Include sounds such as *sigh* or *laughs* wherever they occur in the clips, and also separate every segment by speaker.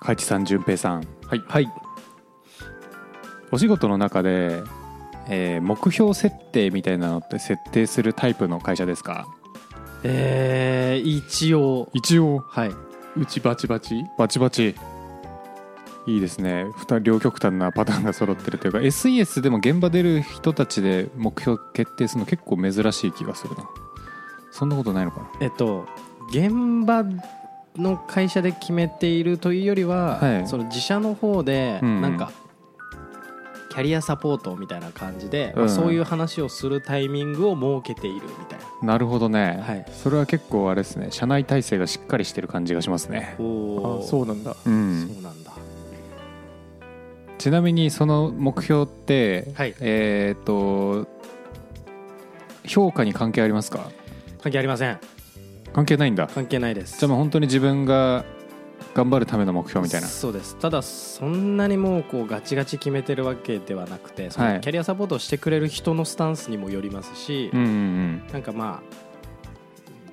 Speaker 1: 海地さん淳平さん
Speaker 2: はい、はい、
Speaker 1: お仕事の中で、えー目標設定みたいなのって設定するタイプの会社ですか
Speaker 2: えー、一応
Speaker 1: 一応
Speaker 2: はいう
Speaker 3: ちバチバチ
Speaker 1: バチバチいいですね二人両極端なパターンが揃ってるというか SES でも現場出る人たちで目標決定するの結構珍しい気がするなそんなことないのか
Speaker 2: えっと現場の会社で決めているというよりは、
Speaker 1: はい
Speaker 2: その自社の方で
Speaker 1: うんうん
Speaker 2: なんか、キャリアサポートみたいな感じで、
Speaker 1: うんうん
Speaker 2: そういう話をするタイミングを設けているみたい
Speaker 1: ななるほどね、
Speaker 2: な、はい、
Speaker 1: それは結構あれですね社内体制がしっかりしてる感じがしますね
Speaker 2: お
Speaker 3: あ
Speaker 2: ー
Speaker 3: そうなんだ
Speaker 1: う
Speaker 2: そ
Speaker 1: ん
Speaker 2: うなんだ
Speaker 1: ちなみにその目標って、
Speaker 2: はい
Speaker 1: えーっと評価に関係ありますか
Speaker 2: 関係ありません
Speaker 1: 関係ないんだ
Speaker 2: 関係ないです
Speaker 1: じゃあもう本当に自分が頑張るための目標みたいな
Speaker 2: そうですただそんなにもうこうガチガチ決めてるわけではなくてそ
Speaker 1: は
Speaker 2: の
Speaker 1: い
Speaker 2: キャリアサポートをしてくれる人のスタンスにもよりますし、
Speaker 1: うんうんうん
Speaker 2: なんかまあ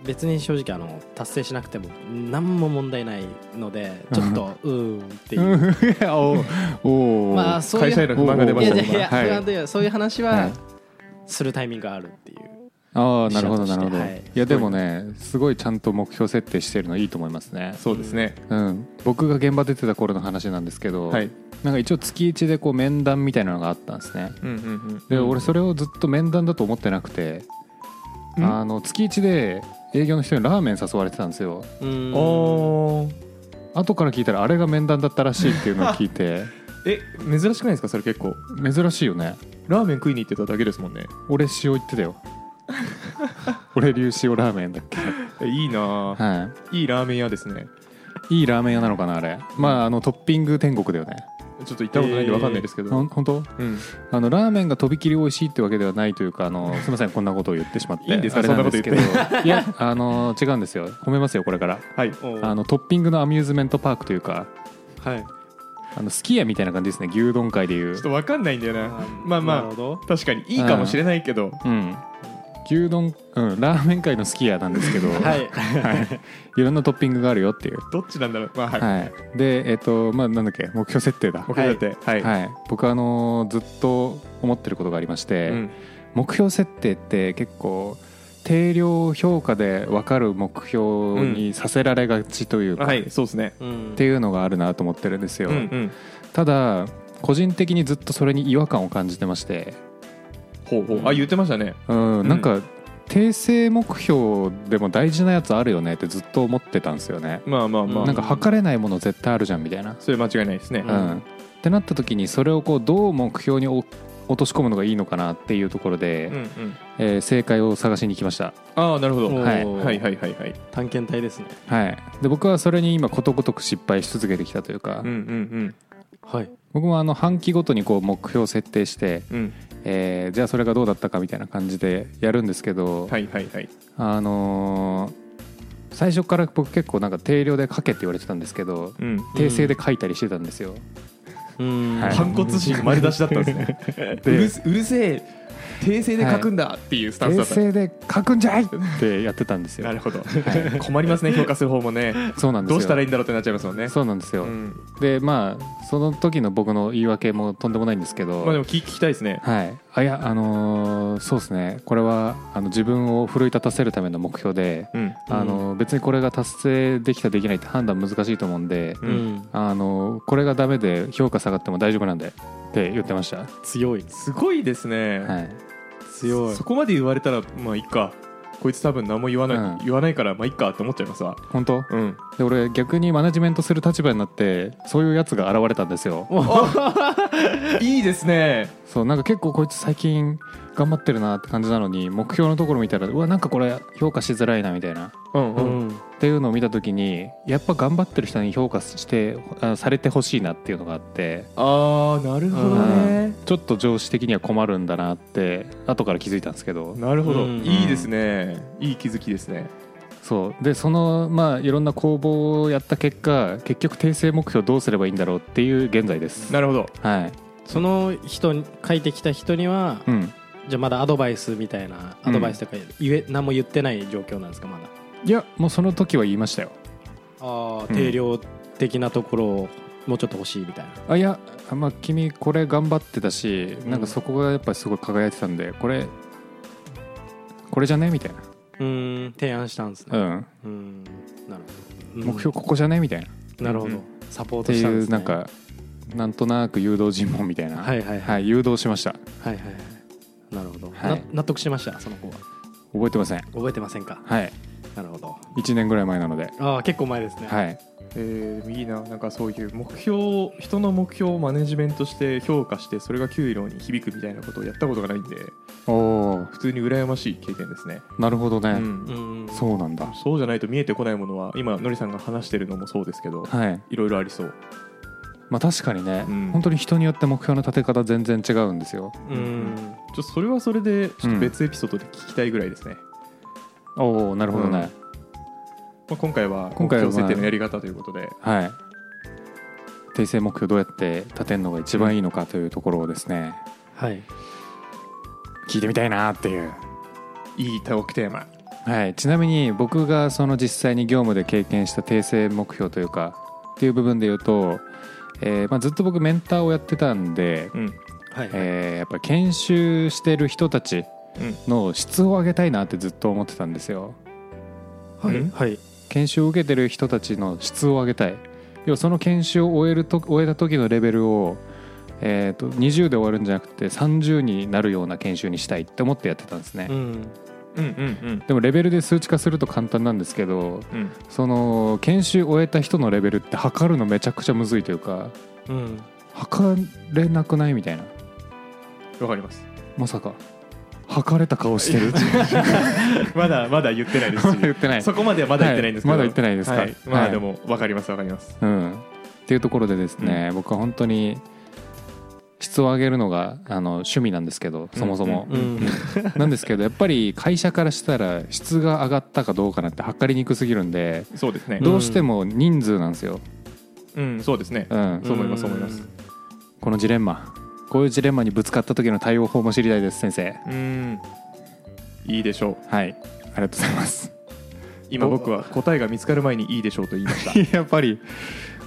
Speaker 2: 別に正直あの達成しなくても何も問題ないのでちょっとうーんっていう
Speaker 1: いやお *laughs* お、
Speaker 2: まあそういう
Speaker 3: 会社への不満が出ま
Speaker 2: い
Speaker 3: し
Speaker 2: や
Speaker 3: た
Speaker 2: い
Speaker 3: ね
Speaker 2: やいや、
Speaker 1: はい
Speaker 2: 不安というかそういう話
Speaker 1: は
Speaker 2: はいするタイミングがあるっていう
Speaker 1: ああなるほど
Speaker 2: 記者
Speaker 1: なるほ
Speaker 2: として
Speaker 1: ど、
Speaker 2: はいい、
Speaker 1: やでもねすごいちゃんと目標設定してるのいいと思いますね、
Speaker 3: そうですね
Speaker 1: うん、僕が現場出てた頃の話なんですけど、
Speaker 3: はい
Speaker 1: なんか一応月1でこう面談みたいなのがあったんですね
Speaker 3: うんうん
Speaker 1: で、
Speaker 2: うん
Speaker 1: 俺それをずっと面談だと思ってなくて
Speaker 3: うん
Speaker 1: あの月1で営業の人にラーメン誘われてたんですよ
Speaker 2: うーん
Speaker 3: おー
Speaker 1: 後から聞いたらあれが面談だったらしいっていうのを聞い
Speaker 3: *laughs*
Speaker 1: て
Speaker 3: え珍しくないですかそれ結構
Speaker 1: 珍しいよね
Speaker 3: ラーメン食いに行ってただけですもんね
Speaker 1: 俺塩言って
Speaker 3: *laughs*
Speaker 1: たよ俺流塩ラーメンだっけ
Speaker 3: えいいなあ
Speaker 1: はい
Speaker 3: いラーメン屋ですね
Speaker 1: いいラーメン屋なのかなあれまああのトッピング天国だよね
Speaker 3: ちょっと行ったことないんでわかんないですけど、
Speaker 1: ほん本当
Speaker 3: うん
Speaker 1: あのラーメンがとびきり美味しいってわけではないというかあ
Speaker 3: *laughs*
Speaker 1: のすみませんこんなことを言ってしまって
Speaker 3: いいんですか
Speaker 1: あれなんですけど
Speaker 3: そ
Speaker 1: いやあの違うんですよ褒めますよこれから
Speaker 3: はい
Speaker 2: おー
Speaker 1: あのトッピングのアミューズメントパークというか
Speaker 3: はい
Speaker 1: あのすき家みたいな感じですね牛丼界でいう
Speaker 3: ちょっとわかんないんだよなまあ
Speaker 2: なる
Speaker 3: ま
Speaker 2: ほど
Speaker 3: あ確かにいいかもしれないけど、
Speaker 1: うん牛丼うんラーメン界のすき家なんですけ
Speaker 3: *laughs*
Speaker 1: ど、
Speaker 2: はいい
Speaker 1: はい、いろんなトッピングがあるよっていう
Speaker 3: どっちなんだろうまあはい、
Speaker 1: はい、でえっ、とまあなんだっけ目標設定だ
Speaker 3: 僕だってはい、
Speaker 1: はい、僕はあのーずっと思ってることがありまして、
Speaker 3: うん
Speaker 1: 目標設定って結構定量評価で分かる目標にさせられがちというか、
Speaker 3: は
Speaker 1: っ
Speaker 3: いそうですね
Speaker 2: うん
Speaker 1: ていうのがあるなと思ってるんですよ、
Speaker 3: うんうん
Speaker 1: ただ個人的にずっとそれに違和感を感じてまして、
Speaker 3: ほうほうあ言ってましたね
Speaker 1: うん
Speaker 3: うん
Speaker 1: なんか訂正目標でも大事なやつあるよねってずっと思ってたんですよね、
Speaker 3: まあまあまあ、
Speaker 2: う
Speaker 1: なんか測れないもの絶対あるじゃんみたいな
Speaker 3: それ間違いないですね、
Speaker 1: う
Speaker 2: う
Speaker 1: んん、ってなった時にそれをこうどう目標にお落とし込むのがいいのかなっていうところで、
Speaker 3: うんうん
Speaker 1: えー正解を探しに行きました、
Speaker 3: ああなるほど
Speaker 2: おー
Speaker 3: はいはいはいはいはい
Speaker 2: 探検隊ですね
Speaker 1: はい、で僕はそれに今ことごとく失敗し続けてきたというか、
Speaker 3: うんうん
Speaker 2: はい
Speaker 1: 僕もあの半期ごとにこう目標を設定して、
Speaker 3: うんうん
Speaker 1: えーじゃあそれがどうだったかみたいな感じでやるんですけど、
Speaker 3: はいはいはい
Speaker 1: あのー最初から僕結構なんか定量で書けって言われてたんですけど
Speaker 3: うん
Speaker 1: 訂正で書いたりしてたんですよ、
Speaker 2: うん
Speaker 1: はい
Speaker 3: 反骨心丸出しだった
Speaker 2: *laughs*
Speaker 3: ん *laughs* ですねうるせうるせえ訂正で書くんだっていうスタンスだ
Speaker 1: 訂
Speaker 3: ったんで
Speaker 1: 正で書くんじゃいってやってたんです
Speaker 3: すな
Speaker 1: よ
Speaker 3: るほど困りますね評価する方も *laughs* ね
Speaker 1: そうなんです
Speaker 3: ど
Speaker 1: よ
Speaker 3: うしたらいいんだろうってなっちゃいますもんね
Speaker 1: そうなんですよ、
Speaker 3: うん
Speaker 1: でまあその時の僕の言い訳もとんでもないんですけど、
Speaker 3: まあでも聞聞きたいですね
Speaker 1: はいあいやあのーそうですねこれはあの自分を奮い立たせるための目標で、
Speaker 3: うん
Speaker 1: あのー別にこれが達成できたできないって判断難しいと思うんで、
Speaker 3: う
Speaker 2: うんん、
Speaker 1: あのーこれがダメで評価下がっても大丈夫なんでって言ってました、
Speaker 2: 強い
Speaker 3: すごいですね
Speaker 1: はい、
Speaker 2: 強い
Speaker 3: そこまで言われたらまあいっかこいつ多分何も言わない、
Speaker 1: うん
Speaker 3: 言わないからまあいっかって思っちゃいますわ
Speaker 1: 本当
Speaker 3: うん
Speaker 1: で俺逆にマネジメントする立場になってそういうやつが現れたんですよ
Speaker 3: いいですね
Speaker 1: そうなんか結構こいつ最近頑張ってるなって感じなのに目標のところ見たらうわなんかこれ評価しづらいなみたいな
Speaker 3: うんう、
Speaker 2: うんん
Speaker 1: っていうのを見た時にやっぱ頑張ってる人に評価してあされてほしいなっていうのがあって
Speaker 3: ああなるほどね、
Speaker 1: ちょっと上司的には困るんだなって後から気づいたんですけど
Speaker 3: なるほど、
Speaker 2: うん
Speaker 3: いいですねいい気づきですね
Speaker 1: そうでそのまあいろんな攻防をやった結果結局訂正目標どうすればいいんだろうっていう現在です
Speaker 3: なるほど
Speaker 1: はい
Speaker 2: その人に書いてきた人には、
Speaker 1: うん
Speaker 2: じゃあまだアドバイスみたいな
Speaker 1: うん
Speaker 2: アドバイスとか言え、何も言ってない状況なんですかまだ
Speaker 1: いやもうその時は言いましたよ
Speaker 2: ああ
Speaker 1: うん
Speaker 2: 定量的なところをもうちょっと欲しいみたいな
Speaker 1: あいやまあ君これ頑張ってたしなんかそこがやっぱりすごい輝いてたんでこれこれじゃねみたいな
Speaker 2: うん提案したんです
Speaker 1: う
Speaker 2: ね
Speaker 1: ん
Speaker 2: うんなるほど
Speaker 1: 目標ここじゃねみたいなっ
Speaker 2: うんなるほ
Speaker 3: うんう
Speaker 2: ど
Speaker 3: ん
Speaker 2: サポート
Speaker 1: て
Speaker 2: したん
Speaker 1: い
Speaker 2: で
Speaker 1: う
Speaker 2: すね
Speaker 1: なんかなんとなく誘導尋問みたいな
Speaker 2: はいはいはい
Speaker 1: はい誘導しました
Speaker 2: はいはいはいなるほど
Speaker 1: はい
Speaker 2: な納得しましたその子は
Speaker 1: 覚えてません
Speaker 2: 覚えてませんか
Speaker 1: はい
Speaker 2: なるほど
Speaker 1: 1年ぐらい前なので
Speaker 2: ああ結構前ですね
Speaker 1: はい
Speaker 3: えー、いいななんかそういう目標を人の目標をマネジメントして評価してそれが給料に響くみたいなことをやったことがないんで
Speaker 1: おお
Speaker 3: 普通に羨ましい経験ですね、
Speaker 1: なるほどね、
Speaker 3: う
Speaker 2: う
Speaker 3: ん
Speaker 2: ん
Speaker 1: そうなんだ
Speaker 3: そうじゃないと見えてこないものは今のりさんが話してるのもそうですけど
Speaker 1: はい
Speaker 3: いろいろありそう
Speaker 1: まあ確かにね、
Speaker 3: うん
Speaker 1: 本当に人によって目標の立て方全然違うんですよ
Speaker 2: うん
Speaker 3: ちょっとそれはそれでちょっと別エピソードで聞きたいぐらいですね、
Speaker 1: おおなるほどね、
Speaker 3: まあ、今回は
Speaker 1: 今回は
Speaker 3: 目標設定のやり方ということで、
Speaker 1: はい訂正目標どうやって立てるのが一番いいのかというところをですね、
Speaker 2: はい
Speaker 1: 聞いてみたいなっていう
Speaker 3: いいトークテーマ
Speaker 1: はい、ちなみに僕がその実際に業務で経験した訂正目標というかっていう部分で言うと、えーまあ、ずっと僕メンターをやってたんで、
Speaker 3: うん
Speaker 2: はいはい
Speaker 1: えーやっぱ研修してる人たちの質を上げたいなってずっと思ってたんですよ
Speaker 2: はいはい
Speaker 1: 研修を受けてる人たちの質を上げたい要はその研修を終えると終えた時のレベルを、えー、と20で終わるんじゃなくて30になるような研修にしたいって思ってやってたんですね、
Speaker 2: うん
Speaker 3: うんうん
Speaker 1: でもレベルで数値化すると簡単なんですけど
Speaker 3: うんうん
Speaker 1: その研修終えた人のレベルって測るのめちゃくちゃむずいというか
Speaker 2: うん
Speaker 1: 測れなくないみたいな
Speaker 3: わかります
Speaker 1: まさか測れた顔してる
Speaker 3: *laughs* まだまだ言ってないです
Speaker 1: まだ
Speaker 3: し
Speaker 1: 言ってない
Speaker 3: そこま *laughs* ではまだ言ってないんですけど、
Speaker 1: はいまだ言ってないですか
Speaker 3: はま
Speaker 1: は
Speaker 3: あ
Speaker 1: い
Speaker 3: でもわかりますわかります
Speaker 1: うん、っていうところでですね、僕は本当に質を上げるのがあの趣味なんですけどそもそも、
Speaker 2: うん
Speaker 1: なんですけどやっぱり会社からしたら質が上がったかどうかなんて測りにくすぎるんで
Speaker 3: そうですね
Speaker 2: う
Speaker 1: どうしても人数なんですよ、
Speaker 3: うんそうですね
Speaker 1: うん
Speaker 3: そう思いますそう思います
Speaker 1: このジレンマこういうジレンマにぶつかった時の対応法も知りたいです先生
Speaker 3: うんいいでしょう
Speaker 1: はいありがとうございます
Speaker 3: 今
Speaker 1: お
Speaker 3: 僕は答えが見つかる前にいいでしょうと言いまし
Speaker 1: *laughs*
Speaker 3: た
Speaker 1: やっぱり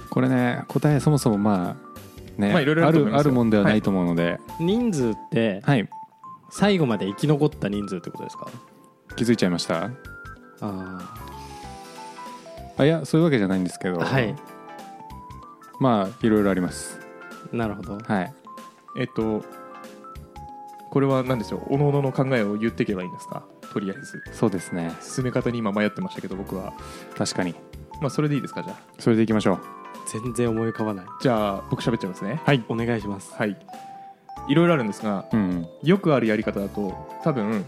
Speaker 1: これね答えそもそもまあね、
Speaker 3: まあいろいろ
Speaker 1: あ
Speaker 3: あると思
Speaker 1: る
Speaker 3: いますよ
Speaker 1: あるもんではないと思うので、
Speaker 2: 人数って
Speaker 1: はい、
Speaker 2: 最後まで生き残った人数ってことですか
Speaker 1: 気づいちゃいました
Speaker 2: あ
Speaker 1: あいやそういうわけじゃないんですけど
Speaker 2: あはい
Speaker 1: まあいろいろあります
Speaker 2: なるほど
Speaker 1: はい
Speaker 3: えっとこれは何でしょうおのおのの考えを言っていけばいいんですかとりあえず
Speaker 1: そうですね
Speaker 3: 進め方に今迷ってましたけど僕は
Speaker 1: 確かに
Speaker 3: まあそれでいいですかじゃあ
Speaker 1: それでいきましょう
Speaker 2: 全然思い浮かばない
Speaker 3: じゃあ僕喋っちゃいますね
Speaker 2: お願いします
Speaker 3: はいいろいろあるんですが
Speaker 1: うん
Speaker 3: よくあるやり方だと多分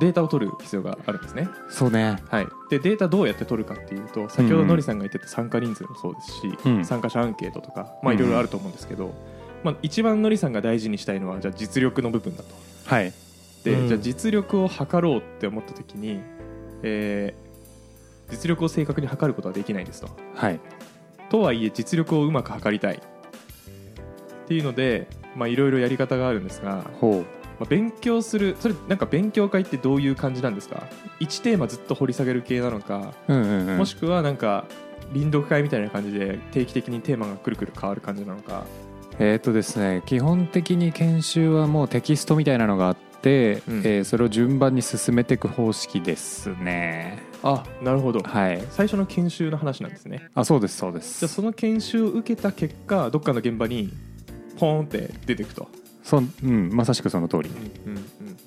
Speaker 3: データを取る必要があるんですね
Speaker 1: そうね
Speaker 3: はい、でデータどうやって取るかっていうと先ほどのりさんが言ってた参加人数もそうですし、
Speaker 1: うん
Speaker 3: 参加者アンケートとか、ま
Speaker 1: う
Speaker 3: あ、
Speaker 1: ん
Speaker 3: いろいろあると思うんですけど、まあ、一番のりさんが大事にしたいのはじゃあ実力の部分だと
Speaker 1: はい
Speaker 3: で、
Speaker 2: うん
Speaker 3: じゃあ実力を測ろうって思った時に、えー実力を正確に測ることはできないですと
Speaker 1: はい
Speaker 3: とはいえ実力をうまく測りたいっていうので、まあ、いろいろやり方があるんですが、
Speaker 1: ほ
Speaker 3: まあ、勉強するそれなんか勉強会ってどういう感じなんですか1テーマずっと掘り下げる系なのか
Speaker 1: ううんうんうん
Speaker 3: もしくはなんか臨読会みたいな感じで定期的にテーマがくるくる変わる感じなのか、
Speaker 1: えーとですね基本的に研修はもうテキストみたいなのがあって、
Speaker 3: うん
Speaker 1: えーそれを順番に進めていく方式ですね
Speaker 3: あなるほど
Speaker 1: はい
Speaker 3: 最初の研修の話なんですね
Speaker 1: あそうですそうで
Speaker 3: じゃ
Speaker 1: す
Speaker 3: あその研修を受けた結果どっかの現場にポーンって出てくと、
Speaker 1: そうんまさしくその通り
Speaker 3: うん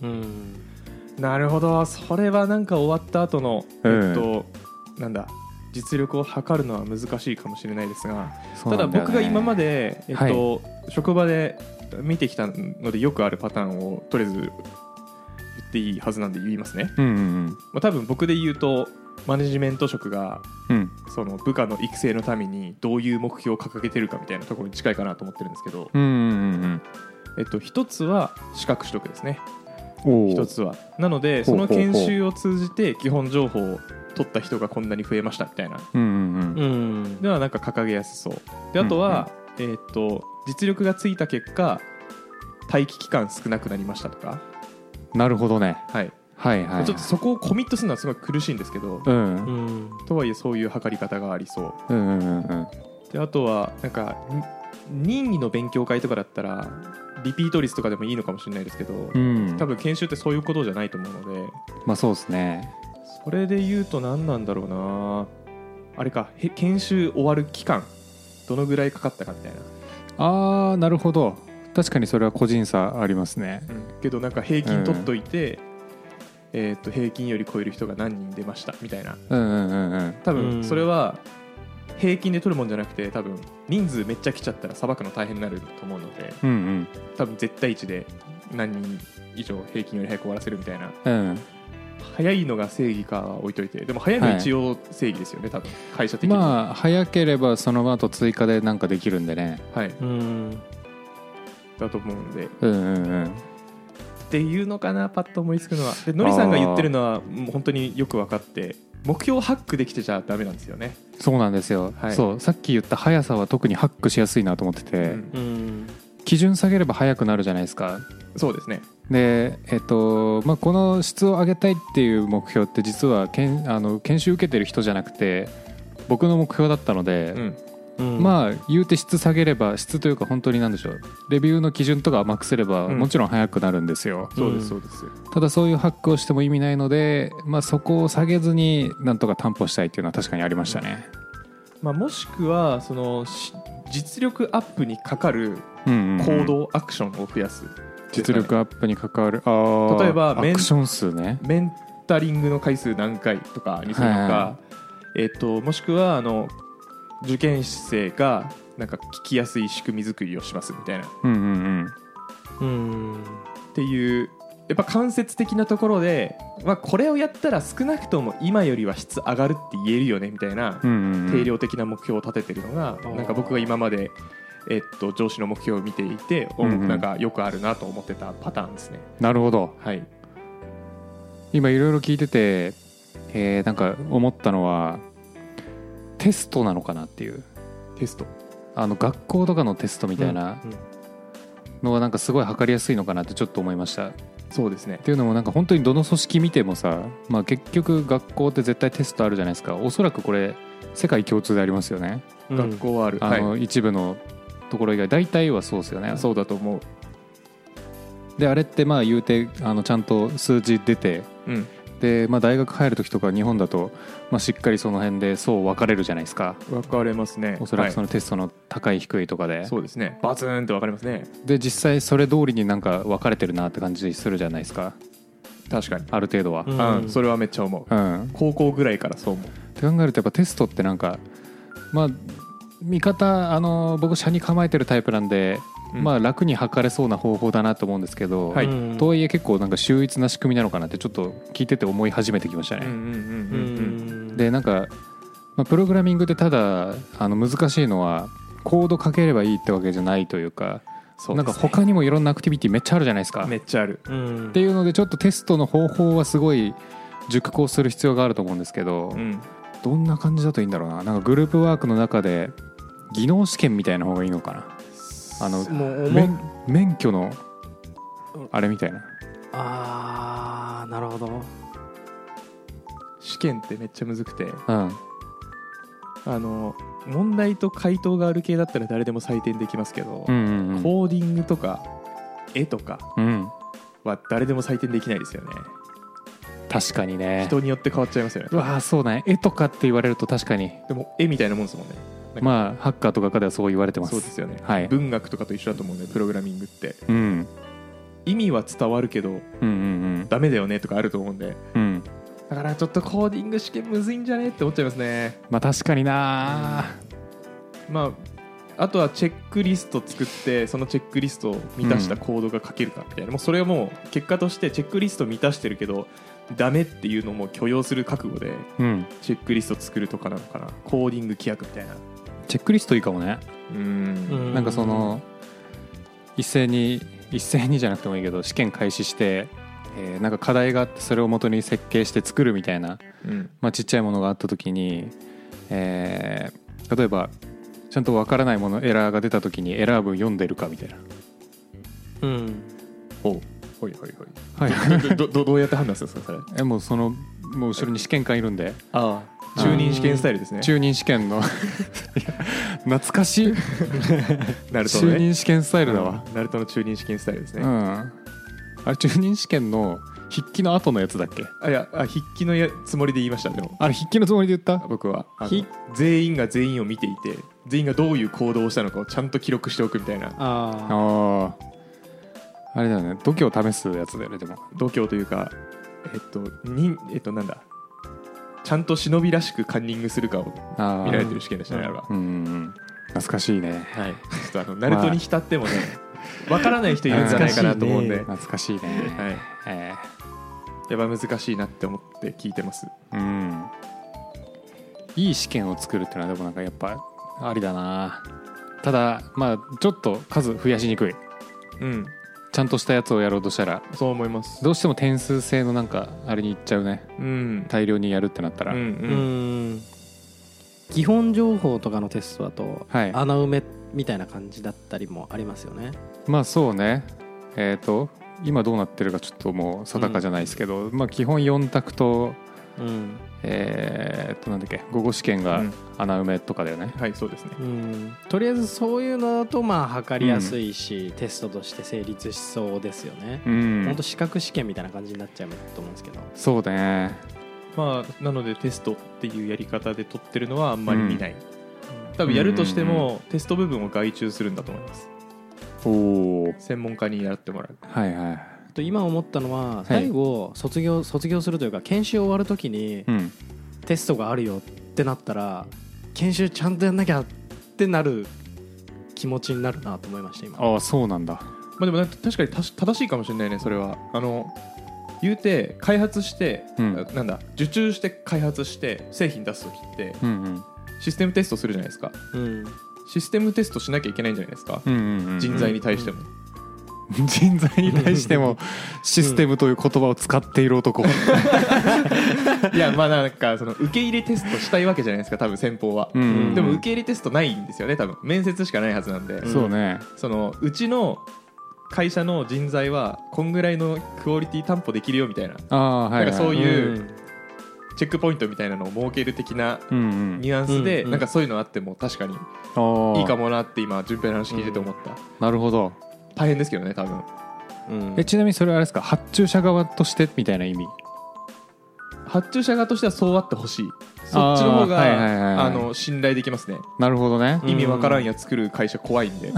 Speaker 3: うん
Speaker 2: うん
Speaker 3: なるほどそれはなんか終わった後の
Speaker 1: うん
Speaker 3: えっと、なんだ実力を測るのは難しいかもしれないですが
Speaker 1: そう
Speaker 3: た
Speaker 1: な
Speaker 3: だ
Speaker 1: んよね
Speaker 3: 僕が今まで、えっと職場で見てきたのでよくあるパターンをとりあえず言っていいはずなんで言いますね
Speaker 1: うんうん
Speaker 3: まあ、多分僕で言うとマネジメント職が
Speaker 1: うんうん
Speaker 3: その部下の育成のためにどういう目標を掲げてるかみたいなところに近いかなと思ってるんですけど、
Speaker 1: うんうんうん
Speaker 3: えっと、一つは資格取得ですね
Speaker 1: うんお
Speaker 3: 一
Speaker 1: お
Speaker 3: つはなので
Speaker 1: ほ
Speaker 3: そう
Speaker 1: ほうほ
Speaker 3: の
Speaker 1: う
Speaker 3: 研修を通じて基本情報を取った人がこんなに増えましたみたいな
Speaker 1: うんうんうん
Speaker 2: うん
Speaker 3: ではなんか掲げやすそうであとは、えっと実力がついた結果待機期間少なくなりましたとか、
Speaker 1: なるほどね
Speaker 3: はい
Speaker 1: はいはい
Speaker 3: ちょっとそこをコミットするのはすごい苦しいんですけど、
Speaker 1: うんうん
Speaker 2: うん
Speaker 3: とはいえそういう測り方がありそう
Speaker 1: うんうんうん
Speaker 3: でであとはなんかに任意の勉強会とかだったらリピート率とかでもいいのかもしれないですけど、
Speaker 1: うん
Speaker 3: 多分研修ってそういうことじゃないと思うので
Speaker 1: まあそうですね
Speaker 3: それで言うと何なんだろうなあれかへ研修終わる期間どのぐらいかかったかみたいな、
Speaker 1: ああなるほど確かにそれは個人差ありますね
Speaker 3: けどなんか平均取っといて、えー、と平均より超える人が何人出ましたみたいな
Speaker 1: うんうんうんうん
Speaker 3: 多
Speaker 2: うん
Speaker 3: 分それは平均で取るもんじゃなくて多分人数めっちゃ来ちゃったらさばくの大変になると思うので
Speaker 1: うん
Speaker 3: 多分絶対値で何人以上平均より早く終わらせるみたいな
Speaker 1: うんうん
Speaker 3: 早いのが正義かは置いといてでも早いのは一応正義ですよね、多分会社的に、
Speaker 1: まあ早ければその後追加でなんかできるんでね
Speaker 3: はい、
Speaker 2: うん
Speaker 3: だと思うのでっ
Speaker 1: うんうんうん
Speaker 3: ていうのかなパッと思いつくのはでのりさんが言ってるのはもう本当によく分かって目標をハックできてちゃダメなんですよね、
Speaker 1: そうなんですよ、
Speaker 3: はい
Speaker 1: そうさっき言った速さは特にハックしやすいなと思ってて、
Speaker 3: うん
Speaker 2: うん
Speaker 1: 基準下げれば速くなるじゃないですか
Speaker 3: そうですね
Speaker 1: でえっとまあ、この質を上げたいっていう目標って実はけんあの研修受けてる人じゃなくて僕の目標だったので、
Speaker 3: うん
Speaker 2: うん
Speaker 1: まあ言うて質下げれば質というか本当に何でしょうレビューの基準とか甘くすれば
Speaker 3: うん
Speaker 1: もちろん速くなるんですよ、
Speaker 3: そうで
Speaker 2: うん
Speaker 3: すそうです、
Speaker 1: ただそういうハックをしても意味ないので、まあ、そこを下げずになんとか担保したいっていうのは確かにありましたね、
Speaker 3: まあ、もしくはそのし実力アップにかかる
Speaker 1: うんうんうん
Speaker 3: 行動アクションを増やす、
Speaker 1: 実力アップに関わるあー
Speaker 3: 例えば
Speaker 1: ア
Speaker 3: メン
Speaker 1: クション数ね
Speaker 3: メンタリングの回数何回とかにするのか、
Speaker 1: はいは
Speaker 3: えっともしくはあの受験生がなんか聞きやすい仕組み作りをしますみたいなっ
Speaker 1: うんうん
Speaker 2: うん
Speaker 3: ていうやっぱ間接的なところで、まあ、これをやったら少なくとも今よりは質上がるって言えるよねみたいな
Speaker 1: うんうんうんうん
Speaker 3: 定量的な目標を立ててるのが、
Speaker 2: ー
Speaker 3: なんか僕が今まで、えっと上司の目標を見ていて、お
Speaker 1: うんうん
Speaker 3: なんかよくあるなと思ってたパターンですね。
Speaker 1: なるほど
Speaker 3: はい、
Speaker 1: 今いろいろ聞いてて、えーなんか思ったのはテストなのかなっていう
Speaker 3: テスト
Speaker 1: あの学校とかのテストみたいな
Speaker 2: うん
Speaker 1: のはなんかすごい測りやすいのかなってちょっと思いました。っ
Speaker 3: そうですね
Speaker 1: ていうのもなんか本当にどの組織見てもさ、まあ、結局学校って絶対テストあるじゃないですかおそらくこれ世界共通でありますよね
Speaker 2: うん
Speaker 3: 学校はある、
Speaker 1: あの、
Speaker 3: は
Speaker 1: 一部のところ以外大体はそうですよね
Speaker 3: い、そうだと思う
Speaker 1: であれってまあ言うてあのちゃんと数字出て
Speaker 3: うん、
Speaker 1: で、まあ、大学入る時とか日本だと、まあ、しっかりその辺でそう分かれるじゃないですか
Speaker 3: 分かれますね。
Speaker 1: おそらくそ
Speaker 3: は
Speaker 1: のテストの高い低いとかで、
Speaker 3: いそうですね。バツーンって分かりますね。
Speaker 1: で実際それ通りになんか分かれてるなって感じするじゃないですか
Speaker 3: 確かに。
Speaker 1: ある程度は
Speaker 2: うん
Speaker 3: うん、それはめっちゃ思
Speaker 1: う
Speaker 3: う。
Speaker 1: ん、
Speaker 3: 高校ぐらいからそう思う。
Speaker 1: って考えるとやっぱテストってなんかまあ見方あの僕車に構えてるタイプなんで、まあ楽に測れそうな方法だなと思うんですけど、
Speaker 3: はい
Speaker 2: うん
Speaker 1: とはいえ結構なんか秀逸な仕組みなのかなってちょっと聞いてて思い始めてきました
Speaker 3: うんう
Speaker 1: ね、
Speaker 3: ん
Speaker 2: う
Speaker 3: うんうん
Speaker 2: ん
Speaker 1: でなんか、まあ、プログラミングでただあの難しいのはコード書ければいいってわけじゃないというか
Speaker 3: そう
Speaker 1: な
Speaker 3: ですね
Speaker 1: んか他にもいろんなアクティビティめっちゃあるじゃないですか。
Speaker 3: めっちゃある。
Speaker 2: うん
Speaker 1: っていうのでちょっとテストの方法はすごい熟考する必要があると思うんですけど、
Speaker 3: うん、
Speaker 1: どんな感じだといいんだろうななんかグループワークの中で技能試験みたいな方がいいのかなあの
Speaker 2: もう思っ
Speaker 1: 免免許のあれみたいな
Speaker 2: ああなるほど
Speaker 3: 試験ってめっちゃむずくて、
Speaker 1: うん
Speaker 3: あの問題と回答がある系だったら誰でも採点できますけど、
Speaker 1: うんうんうん
Speaker 3: コーディングとか絵とか
Speaker 1: うん
Speaker 3: は誰でも採点できないですよね。
Speaker 1: 確かにね
Speaker 3: 人によって変わっちゃいますよね。
Speaker 1: うわあそうね絵とかって言われると確かに
Speaker 3: でも絵みたいなもんですもんね。
Speaker 1: まあハッカーとかではそう言われてます
Speaker 3: そうですよね。
Speaker 1: はい
Speaker 3: 文学とかと一緒だと思うね。プログラミングって
Speaker 1: うん、
Speaker 3: 意味は伝わるけど
Speaker 1: うんうん
Speaker 3: ダメだよねとかあると思うんで
Speaker 1: うんうん
Speaker 3: だからちょっとコーディング試験むずいんじゃねって思っちゃいますね
Speaker 1: まあ確かにな
Speaker 3: まああとはチェックリスト作ってそのチェックリストを満たしたコードが書けるかみたいな、もうそれはもう結果としてチェックリスト満たしてるけどダメっていうのも許容する覚悟で
Speaker 1: うん
Speaker 3: チェックリスト作るとかなのかなコーディング規約みたいな
Speaker 1: チェックリストいいかもね
Speaker 3: うん
Speaker 2: うん
Speaker 1: なんかその一斉に一斉にじゃなくてもいいけど試験開始して、えーなんか課題があってそれを元に設計して作るみたいな、
Speaker 3: うん
Speaker 1: まあ、ちっちゃいものがあった時に、えー例えばちゃんとわからないものエラーが出た時にエラー文読んでるかみたいな。
Speaker 2: うん
Speaker 3: ほうほいほいほい
Speaker 1: はい、
Speaker 3: *laughs* どどどどうやって判断するんですかそ
Speaker 1: *laughs*
Speaker 3: れ
Speaker 1: えもうそのもう後ろに試験官いるんで
Speaker 3: ああ中任試験スタイルですね
Speaker 1: 中任試験のいや懐かしい
Speaker 3: ナルトの
Speaker 1: 中
Speaker 3: ね
Speaker 1: 任試験スタイルだわ、
Speaker 3: ナルトの中任試験スタイルですね、
Speaker 1: うんあれ中任試験の筆記の後のやつだっけ
Speaker 3: あいやあ筆記のやつもりで言いましたでも
Speaker 1: あれ筆記のつもりで言った
Speaker 3: 僕はあの
Speaker 2: 筆
Speaker 3: 全員が全員を見ていて全員がどういう行動をしたのかをちゃんと記録しておくみたいな
Speaker 2: あ
Speaker 1: あああれだよね度胸を試すやつだよねでも
Speaker 3: 度胸というかえっとにえっとなんだちゃんと忍びらしくカンニングするかを
Speaker 1: あー
Speaker 3: 見られてる試験でしたねあれは
Speaker 1: うんうんうん懐かしいね
Speaker 2: あはい
Speaker 3: ちょっとあのナルトに浸ってもねわからない人いるんじゃないかなと思うんで、
Speaker 1: *laughs* 懐かしいね、
Speaker 3: はい、
Speaker 1: え
Speaker 3: やば難しいなって思って聞いてます
Speaker 1: えうんいい試験を作るっていうのはでもなんかやっぱありだなただまあちょっと数増やしにくい
Speaker 3: うん
Speaker 1: ちゃんとしたやつをやろうとしたら
Speaker 3: そう思います
Speaker 1: どうしても点数制のなんかあれにいっちゃうね
Speaker 3: うん
Speaker 1: 大量にやるってなった
Speaker 3: う
Speaker 1: ら、
Speaker 3: ん
Speaker 2: う
Speaker 3: うん
Speaker 2: ん基本情報とかのテストだと
Speaker 1: はい
Speaker 2: 穴埋めみたいな感じだったりもありますよね
Speaker 1: まあそうねえっ、と今どうなってるかちょっともう定かじゃないですけど、まあ基本4択と
Speaker 2: うん
Speaker 1: えっ、となんだっけ午後試験
Speaker 3: う
Speaker 1: が
Speaker 3: ん
Speaker 1: 穴埋めとかだよね、
Speaker 3: はいそうですね
Speaker 2: うんとりあえずそういうのだとまあ測りやすいし、テストとして成立しそうですよね、
Speaker 1: うん
Speaker 2: ほんと資格試験みたいな感じになっちゃうと思うんですけど
Speaker 1: そうね
Speaker 3: まあなのでテストっていうやり方で取ってるのはあんまり見ない、多分やるとして
Speaker 1: うん
Speaker 3: もテスト部分を外注するんだと思います
Speaker 1: おお
Speaker 3: 専門家にやってもらう
Speaker 1: はいはい
Speaker 2: あと今思ったのは最後卒業卒業するというか研修終わるときに
Speaker 1: うん
Speaker 2: テストがあるよってなったら研修ちゃんとやんなきゃってなる気持ちになるなと思いました今
Speaker 1: ああそうなんだ
Speaker 3: まあでもなんか確かにたし正しいかもしれないねそれはあの言うて開発して、
Speaker 1: うん
Speaker 3: あなんだ受注して開発して製品出す時って
Speaker 1: うんうん
Speaker 3: システムテストするじゃないですか
Speaker 2: うん
Speaker 3: システムテストしなきゃいけないんじゃないですか、
Speaker 1: うんうんうん
Speaker 3: 人材に対しても、
Speaker 1: *laughs* 人材に対してもシステムという言葉を使っている男、
Speaker 3: いやまあなんかその受け入れテストしたいわけじゃないですか多分先方は、
Speaker 1: うん
Speaker 3: でも受け入れテストないんですよね多分面接しかないはずなんで、
Speaker 2: ん
Speaker 1: そうね
Speaker 3: そのうちの会社の人材はこんぐらいのクオリティ担保できるよみたいな
Speaker 1: ああはい、はい、
Speaker 3: なんかそう
Speaker 2: う
Speaker 3: いうんチェックポイントみたいなのを設ける的な
Speaker 1: うんうん
Speaker 3: ニュアンス
Speaker 2: う
Speaker 3: で、
Speaker 2: んうん
Speaker 3: なんかそういうのあっても確かに
Speaker 1: ああ
Speaker 3: いいかもなって今順平の話聞いてて思った、
Speaker 1: なるほど
Speaker 3: 大変ですけどね多分
Speaker 2: うん
Speaker 1: え *laughs* ちなみにそれはあれですか発注者側としてみたいな意味
Speaker 3: 発注者側としてはそうあってほしいそっちの方が
Speaker 1: あーは
Speaker 3: あ,、
Speaker 1: いはいはいはい
Speaker 3: の信頼できますね
Speaker 1: なるほどね
Speaker 2: うん
Speaker 3: 意味わからんや作る会社怖
Speaker 1: *laughs*
Speaker 3: いんで、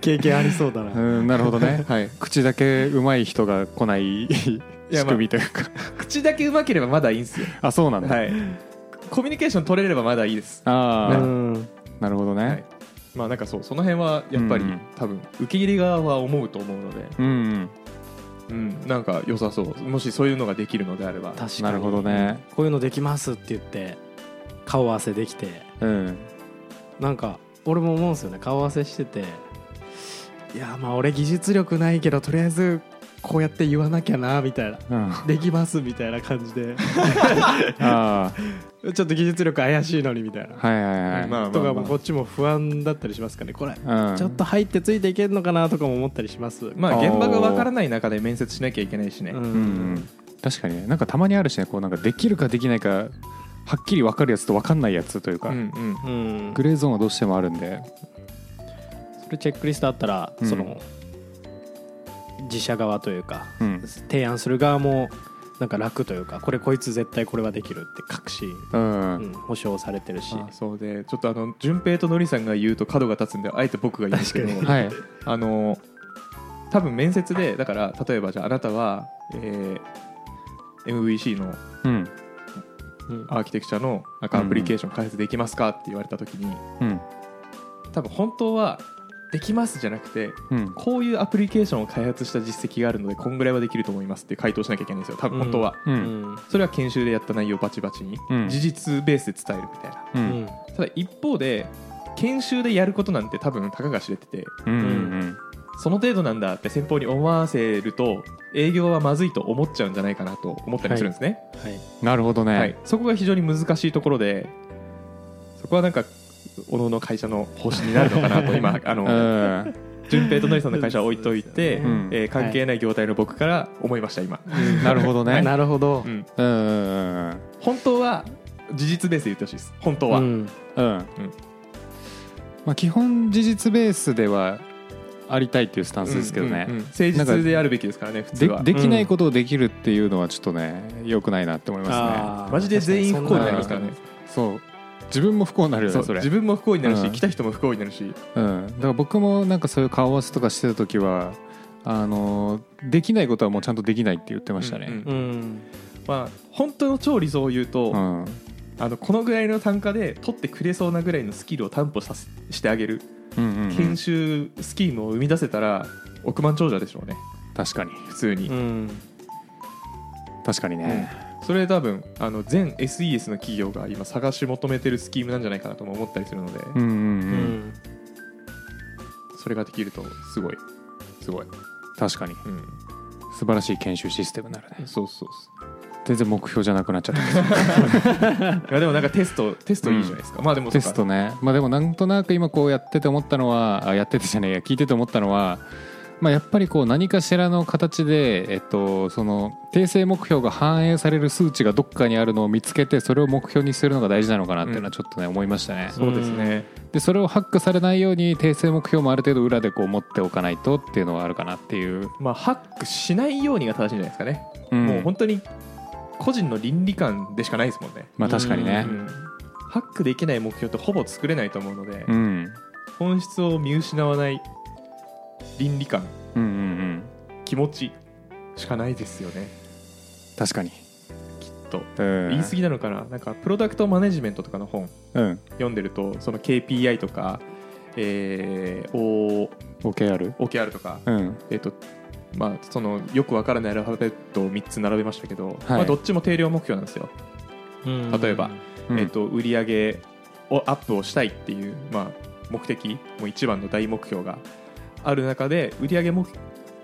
Speaker 2: 経験ありそうだ
Speaker 1: う
Speaker 2: な、
Speaker 1: んなるほどね
Speaker 3: はい、
Speaker 1: 口だけうまい人が来ない仕
Speaker 3: やまあ
Speaker 1: 組みというか
Speaker 3: 口だけうまければまだいいんですよ、
Speaker 1: あそうなんだ、
Speaker 3: はい、コミュニケーション取れればまだいいです
Speaker 1: ああ、
Speaker 2: うん
Speaker 1: なるほどね、
Speaker 3: はいまあなんかそうその辺はやっぱり、
Speaker 1: うん
Speaker 3: 多分受け入れ側は思うと思うので、
Speaker 1: うんうん
Speaker 3: うん、なんか良さそうもしそういうのができるのであれば
Speaker 2: 確かに
Speaker 1: なるほどね
Speaker 2: こういうのできますって言って顔合わせできて
Speaker 1: うん
Speaker 2: なんか俺も思うんですよね顔合わせしてていやまあ俺技術力ないけどとりあえずこうやって言わなきゃなみたいな
Speaker 1: うんあ
Speaker 2: できますみたいな感じで
Speaker 1: あ
Speaker 2: ちょっと技術力怪しいのにみたいな、
Speaker 1: はいはいはい、
Speaker 3: まあまあ
Speaker 2: とかもこっちも不安だったりしますかねこれ、
Speaker 1: うん、
Speaker 2: ちょっと入ってついていけるのかなとかも思ったりします
Speaker 3: まあ現場がわからない中で面接しなきゃいけないしね、
Speaker 2: うん
Speaker 1: うんうん確かにねなんかたまにあるしねこうなんかできるかできないかはっきり分かるやつと分かんないやつというか、
Speaker 3: うんうん
Speaker 2: うん
Speaker 1: グレーゾーンはどうしてもあるんで
Speaker 2: それチェックリストあったら、
Speaker 1: うん
Speaker 2: その自社側というか
Speaker 1: うん、
Speaker 2: 提案する側もなんか楽というかこれこいつ絶対これはできるって確信、
Speaker 1: うん
Speaker 2: うん、保証されてるし
Speaker 3: あそうでちょっとあの順平とのりさんが言うと角が立つんであえて僕が言うんですけど
Speaker 2: 確
Speaker 1: はい
Speaker 3: あの多分面接でだから例えばじゃああなたは、えー MVC の
Speaker 1: うん
Speaker 2: うん
Speaker 3: アーキテクチャのなんかアプリケーション開発できますかって言われた時に
Speaker 1: うん
Speaker 3: 多分本当はできますじゃなくて
Speaker 1: うん
Speaker 3: こういうアプリケーションを開発した実績があるのでこんぐらいはできると思いますって回答しなきゃいけないんですよ多分本当は、
Speaker 1: う
Speaker 2: うんん
Speaker 3: それは研修でやった内容をバチバチに、
Speaker 1: うん
Speaker 3: 事実ベースで伝えるみたいな
Speaker 1: う
Speaker 2: うんん
Speaker 3: ただ一方で研修でやることなんて多分たかが知れてて
Speaker 1: うんうん
Speaker 3: その程度なんだって先方に思わせると営業はまずいと思っちゃうんじゃないかなと思ったりするんですね、
Speaker 2: はい
Speaker 1: なるほどね、
Speaker 3: はいそこが非常に難しいところでそこはなんかおのおの会社の方針になるのかなと今あ
Speaker 1: う
Speaker 3: の
Speaker 1: ん
Speaker 3: 順平とのりさんの会社は置いといて、
Speaker 2: そうです
Speaker 1: よね
Speaker 3: えー関係ない業態の僕から思いました今、
Speaker 1: なるほ
Speaker 2: *laughs*
Speaker 1: どね
Speaker 2: なるほど
Speaker 3: う。ん
Speaker 1: うんうんうん
Speaker 3: 本当は事実ベースで言ってほしいです本当は、
Speaker 2: うん
Speaker 1: うん、うんまあ、基本事実ベースではありたいっていうスタンスですけどね、
Speaker 3: うんうんうん誠実であるべきですからね普通は
Speaker 1: でできないことをできるっていうのはちょっとね良くないなって思いま
Speaker 2: あー
Speaker 3: マジで全員不幸になりますからね
Speaker 2: 確
Speaker 1: すねそう自分も不幸になるよ
Speaker 3: そ
Speaker 1: ね
Speaker 3: う
Speaker 1: それ
Speaker 3: 自分も不幸になるし、
Speaker 1: うん
Speaker 3: 来た人も不幸になるし
Speaker 1: うん、だから僕もなんかそういう顔合わせとかしてた時はあのーできないことはもうちゃんとできないって言ってましたね
Speaker 2: かにうん。
Speaker 3: まあ本当の超理想を言うと、
Speaker 1: うん、うん
Speaker 3: あのこのぐらいの単価で取ってくれそうなぐらいのスキルを担保させしてあげる
Speaker 1: うんうん
Speaker 3: 研修スキームを生み出せたら億万長者でしょうね
Speaker 1: 確かに
Speaker 3: 普通に、
Speaker 2: うん。
Speaker 1: 確かにね、
Speaker 3: それ多分あの全 SES の企業が今探し求めてるスキームなんじゃないかなとも思ったりするので、
Speaker 1: うんうんう
Speaker 2: うんん。
Speaker 3: それができるとすごいすごい、
Speaker 1: 確かに
Speaker 3: うん、
Speaker 1: 素晴らしい研修システムになるね
Speaker 3: そうそう
Speaker 1: 全然目標じゃなくなっ *laughs* ちゃったけど
Speaker 3: いやでもなんかテストテストいいじゃないですか、まあでもそ
Speaker 1: テ
Speaker 3: うか
Speaker 1: ストねまあでもなんとなく今こうやってて思ったのはあやっててじゃねえや聞いてて思ったのはまあ、やっぱりこう何かしらの形で、えっと、その訂正目標が反映される数値がどっかにあるのを見つけてそれを目標にするのが大事なのかなっていうのはちょっとね思いましたね、
Speaker 3: そうですね、
Speaker 1: でそれをハックされないように訂正目標もある程度裏でこう持っておかないとっていうのはあるかなっていう、
Speaker 3: まあハックしないようにが正しいんじゃないですかね、
Speaker 1: うん
Speaker 3: もう本当に個人の倫理観でしかないですもんね、
Speaker 1: まあ確かにね
Speaker 3: うんハックできない目標ってほぼ作れないと思うので、
Speaker 1: うん、うん、
Speaker 3: 本質を見失わない倫理観
Speaker 1: うんうん
Speaker 3: 気持ちしかないですよね
Speaker 1: 確かに、
Speaker 3: きっと
Speaker 1: うん、
Speaker 3: 言い過ぎなのかななんかプロダクトマネジメントとかの本
Speaker 1: うん
Speaker 3: 読んでるとその KPI とか、えー、O-
Speaker 1: OKR
Speaker 3: OKR とか、
Speaker 1: うん
Speaker 3: えっとまあ、そのよくわからないアルファベットを3つ並べましたけど、まあ、どっちも定量目標なんですよ、
Speaker 2: うん
Speaker 3: 例えば。
Speaker 1: うん
Speaker 3: えっと売り上げをアップをしたいっていう、まあ、目的もう一番の大目標がある中で売り上げも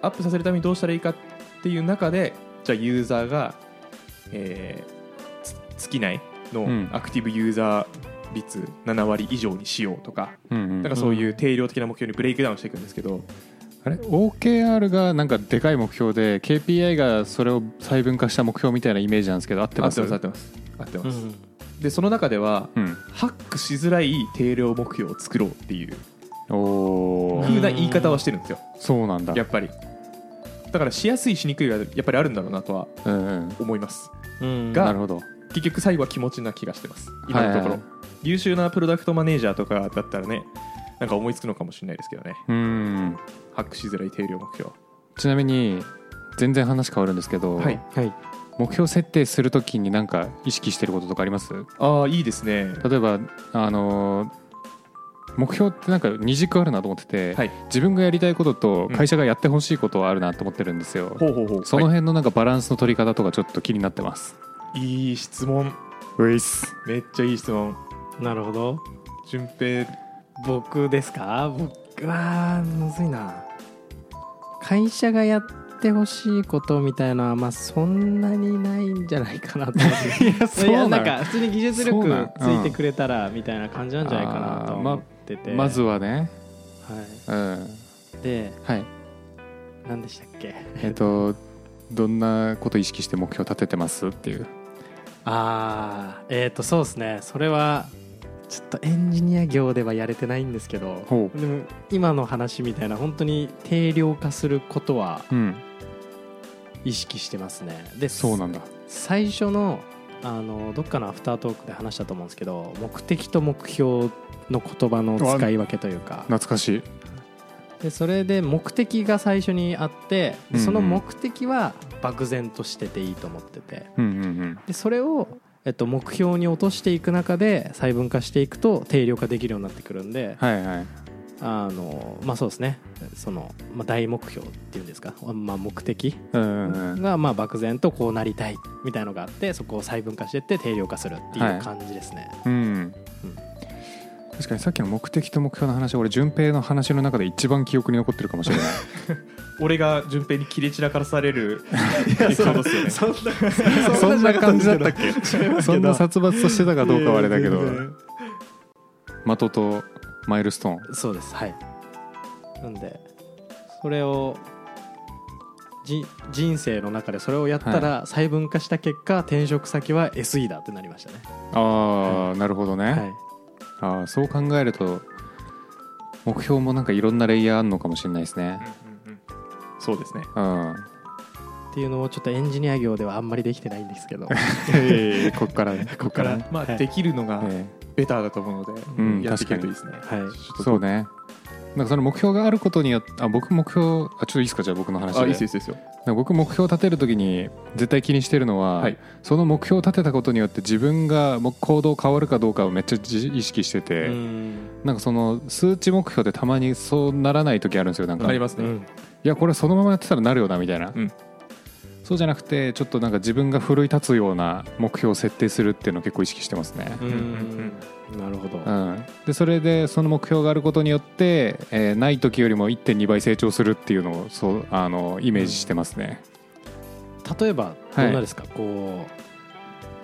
Speaker 3: アップさせるためにどうしたらいいかっていう中でじゃあユーザーが、えーつ月内の
Speaker 1: うん
Speaker 3: アクティブユーザー率7割以上にしようとか、
Speaker 1: うんうん
Speaker 3: なんかそういう定量的な目標にブレイクダウンしていくんですけど、
Speaker 1: あれ OKR がなんかでかい目標で KPI がそれを細分化した目標みたいなイメージなんですけど合って
Speaker 3: 合
Speaker 1: ま
Speaker 3: って
Speaker 1: す
Speaker 3: ます合ってます合って
Speaker 2: う
Speaker 3: ます、
Speaker 2: ん。
Speaker 3: でその中では
Speaker 1: うん
Speaker 3: ハックしづらい定量目標を作ろうっていう
Speaker 1: お
Speaker 3: 風
Speaker 1: ー
Speaker 2: ん
Speaker 3: な言い方はしてるんですよ
Speaker 1: そうなんだ
Speaker 3: やっぱりだからしやすいしにくいがやっぱりあるんだろうなとは
Speaker 1: うんうん
Speaker 3: 思います
Speaker 2: うん。
Speaker 3: が
Speaker 1: なるほど
Speaker 3: 結局最後は気持ちな気がしてます今のとこ
Speaker 1: はい
Speaker 3: ろ、
Speaker 1: はい
Speaker 3: 優秀なプロダクトマネージャーとかだったらねなんか思いつくのかもしれないですけどね
Speaker 1: うん
Speaker 3: ハックしづらい定量目標
Speaker 1: ちなみに全然話変わるんですけど、
Speaker 3: はい
Speaker 2: はい。
Speaker 1: 目標設定するときになんか意識してることとかあります
Speaker 3: ああいいですね
Speaker 1: 例えばあのー目標ってなんか二軸あるなと思ってて、
Speaker 3: はい
Speaker 1: 自分がやりたいことと
Speaker 3: うん
Speaker 1: 会社がやってほしいことはあるなと思ってるんですよ、
Speaker 3: ほうほうほう
Speaker 1: その
Speaker 3: は
Speaker 1: 辺のなんかバランスの取り方とかちょっと気になってます、
Speaker 3: い、いい質問
Speaker 1: ウェイス
Speaker 3: めっちゃいい質問
Speaker 2: なるほど。
Speaker 3: 順平
Speaker 2: 僕ですか僕はむずいな会社がやってほしいことみたいのはまあそんなにないんじゃないかなと思って
Speaker 1: *laughs* いや
Speaker 2: いやなんか普通に技術
Speaker 1: そうな
Speaker 2: 力
Speaker 1: ん
Speaker 2: ついてくれたらみたいな感じなんじゃないかなと思ってて、
Speaker 1: まずはね、
Speaker 2: は
Speaker 1: うん、
Speaker 2: い、で
Speaker 1: はい、
Speaker 2: 何でしたっけ
Speaker 1: えっと、どんなこと意識して目標立ててますっていう。
Speaker 2: *laughs* ああえっ、とそうですねそれはちょっとエンジニア業ではやれてないんですけど
Speaker 1: ほ
Speaker 2: でも今の話みたいな本当に定量化することは
Speaker 1: う。うん、
Speaker 2: 意識してますねで
Speaker 1: そうなんだ。
Speaker 2: 最初のあのどっかのアフタートークで話したと思うんですけど目的と目標の言葉の使い分けというか
Speaker 1: 懐かしい。
Speaker 2: でそれで目的が最初にあって
Speaker 1: うん
Speaker 2: で
Speaker 1: うん
Speaker 2: その目的は漠然としてていいと思ってて
Speaker 1: うんうん
Speaker 2: でそれを、えっと、目標に落としていく中で細分化していくと定量化できるようになってくるんで
Speaker 1: はいはい。
Speaker 2: あのまあそうですねその、まあ、大目標っていうんですか、まあ、目的
Speaker 1: うんうんうん。
Speaker 2: がまあ漠然とこうなりたいみたいのがあってそこを細分化していって定量化するってい
Speaker 1: はいう
Speaker 2: 感じですね、
Speaker 1: うん。確かにさっきの目的と目標の話、俺順平の話の中で一番記憶に残ってるかもしれない。
Speaker 3: 俺が順平に切れ散らかされ
Speaker 1: *laughs*
Speaker 3: るエピソードですよね
Speaker 2: そん
Speaker 1: そ
Speaker 2: な
Speaker 1: んな感じだったっけ。そんな殺伐としてたかどうかはあれだけど
Speaker 3: いやいや。全然
Speaker 1: 的とマイルストーン。
Speaker 2: そうですはいなんでそれをじ人生の中でそれをやったら細分化した結果、転職先は SE だってなりましたね、
Speaker 1: ああなるほどね、
Speaker 2: はい、
Speaker 1: ああそう考えると目標もなんかいろんなレイヤーあんのかもしれないですね
Speaker 3: そうですね
Speaker 1: うん
Speaker 2: っていうのをちょっとエンジニア業ではあんまりできてないんですけど
Speaker 1: こっからねこっからね
Speaker 3: まあ、
Speaker 2: はい
Speaker 3: できるのが
Speaker 1: え
Speaker 3: ベターだと思うので、
Speaker 1: うん
Speaker 3: やっていけるといいですね
Speaker 2: かにはい
Speaker 3: ちょっ
Speaker 1: え
Speaker 3: と
Speaker 1: そうねなんかその目標があることによってあ僕目標あちょっといいですかじゃあ僕の話で
Speaker 3: あいいですよいいですよ
Speaker 1: なんか僕目標を立てるときに絶対気にしてるのは、
Speaker 3: はい
Speaker 1: その目標を立てたことによって自分がもう行動変わるかどうかをめっちゃじ意識してて、
Speaker 2: うん
Speaker 1: なんかその数値目標でたまにそうならない時あるんですよなんか
Speaker 3: あります
Speaker 2: う
Speaker 3: ね、
Speaker 2: ん
Speaker 1: いやこれそのままやってたらなるよなみたいな、
Speaker 3: うん
Speaker 1: そうじゃなくてちょっとなんか自分が奮い立つような目標を設定するっていうのを結構意識してますね、
Speaker 2: うん
Speaker 3: うん
Speaker 2: なるほど
Speaker 1: うんでそれでその目標があることによって、えーない時よりも1.2倍成長するっていうのをそうあのイメージしてますね、
Speaker 2: 例えばどんなですか、こう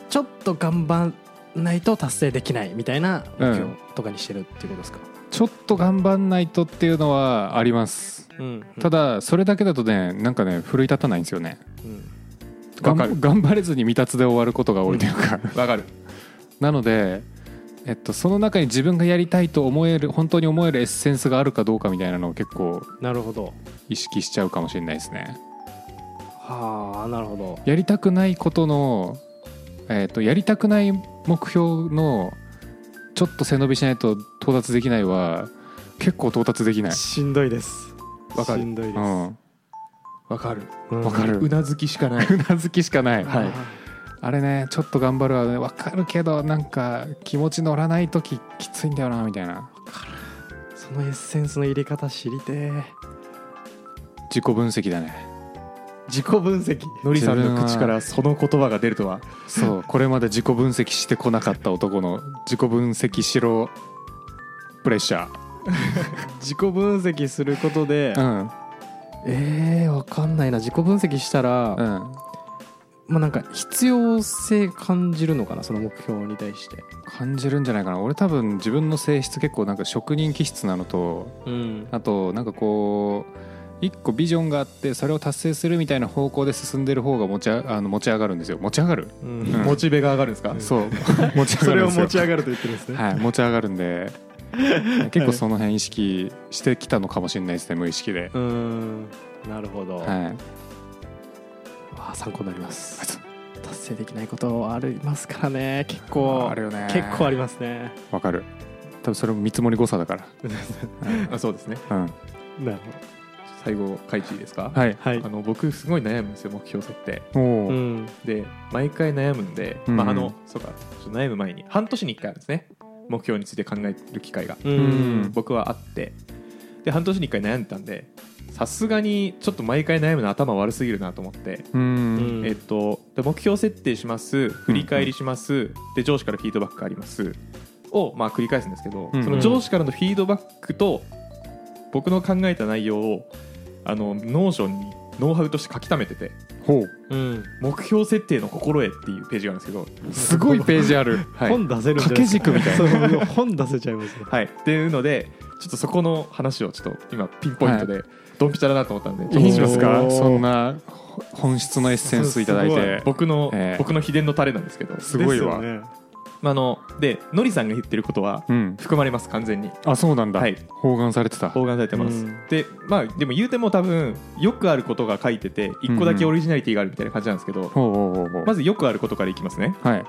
Speaker 2: ちょっと頑張んないと達成できないみたいな目標とかにしてるっていうことですか、
Speaker 1: ちょっと頑張んないとっていうのはあります
Speaker 2: うん
Speaker 1: た、だそれだけだとねなんかね奮い立たないんですよね
Speaker 2: うん
Speaker 3: わかる
Speaker 1: 頑頑張れずに未達で終わることが多いというか
Speaker 3: わかる
Speaker 1: *laughs* なので、えっと、その中に自分がやりたいと思える本当に思えるエッセンスがあるかどうかみたいなのを結構
Speaker 2: なるほど
Speaker 1: 意識しちゃうかもしれないですね。
Speaker 2: はあなるほど
Speaker 1: やりたくないことの、えっと、やりたくない目標のちょっと背伸びしないと到達できないは結構到達できない。
Speaker 2: しんどいです
Speaker 3: わかる
Speaker 2: しんどいです
Speaker 1: う、ん、
Speaker 3: わかる
Speaker 2: うん
Speaker 1: わかる
Speaker 3: うなずきしか
Speaker 1: *laughs*
Speaker 3: ないう
Speaker 1: なずきしかない、
Speaker 2: はい
Speaker 1: あれねちょっと頑張るはねわかるけどなんか気持ち乗らない時きついんだよなみたいな
Speaker 2: そのエッセンスの入れ方知りてー
Speaker 1: 自己分析だね
Speaker 2: 自己分析
Speaker 3: のりさんの口からその言葉が出るとは
Speaker 1: そうこれまで自己分析してこなかった男の自己分析しろプレッシャ
Speaker 2: 自己分析することで、
Speaker 1: ー
Speaker 2: えー、わかんないな自己分析したら、
Speaker 1: うんうん
Speaker 2: まあなんか必要性感じるのかなその目標に対して
Speaker 1: 感じるんじゃないかな俺多分自分の性質結構なんか職人気質なのと
Speaker 2: うん
Speaker 1: あとなんかこう一個ビジョンがあってそれを達成するみたいな方向で進んでる方が持ちああの持ち上がるんですよ持ち上がる、
Speaker 2: うん
Speaker 3: モチベが上がるんですか、
Speaker 1: そう持ち上がるんですよ
Speaker 2: 上がると言ってるんですね
Speaker 1: はい持ち上がるんで結構その辺意識してきたのかもしれないですね無意識で、
Speaker 2: うーんなるほど、
Speaker 1: はい
Speaker 2: あー参考になります達成できないことありますからね結構
Speaker 1: あるよね
Speaker 2: 結構ありますね
Speaker 1: わかる多分それも見積もり誤差だから
Speaker 3: あそうですね
Speaker 1: うん
Speaker 2: なる
Speaker 3: 最後開いいですか、
Speaker 1: はい
Speaker 2: はい
Speaker 3: あの僕すごい悩むんですよ目標設定
Speaker 1: お
Speaker 2: う
Speaker 1: お
Speaker 2: ん
Speaker 3: で毎回悩むんで、
Speaker 1: うん
Speaker 3: まあ、あのそうかちょっと悩む前に半年に1回あるんですね目標について考える機会が、
Speaker 2: うん
Speaker 1: ん
Speaker 3: 僕はあってで半年に1回悩んでたんでさすがにちょっと毎回悩むの頭悪すぎるなと思って、
Speaker 1: う
Speaker 2: うん
Speaker 1: ん
Speaker 3: えっと、で目標設定します振り返りします、で上司からフィードバックありますを、まあ、繰り返すんですけど、
Speaker 1: うん
Speaker 3: その上司からのフィードバックと僕の考えた内容をあのノーションにノウハウとして書き溜めてて
Speaker 1: ほう
Speaker 2: うん
Speaker 3: 目標設定の心得っていうページがあるんですけど、
Speaker 1: すごいページある
Speaker 3: はい、
Speaker 2: 本出せるんじゃないですか
Speaker 1: 掛け軸み
Speaker 2: そう本出せちゃいますね
Speaker 3: はい、っていうのでちょっとそこの話をちょっと今ピンポイントでドンピシャだなと思ったんで、ちょっ
Speaker 1: い
Speaker 3: と
Speaker 1: いしますか
Speaker 2: おー
Speaker 1: *laughs* そんなほ本質のエッセンスいただいて
Speaker 3: 僕の、
Speaker 1: ええ
Speaker 3: 僕の秘伝のタレなんですけど
Speaker 1: すごいわ
Speaker 2: ですよね
Speaker 3: あのでのりさんが言ってることは
Speaker 1: うん
Speaker 3: 含まれます完全に
Speaker 1: あそうなんだ
Speaker 3: はい
Speaker 1: 包含されてた
Speaker 3: 包含されてます、
Speaker 2: うん
Speaker 3: でまあでも言うても多分よくあることが書いてて一個だけオリジナリティがあるみたいな感じなんですけど、
Speaker 1: ほうほうほうほう
Speaker 3: まずよくあることからいきますね
Speaker 1: はい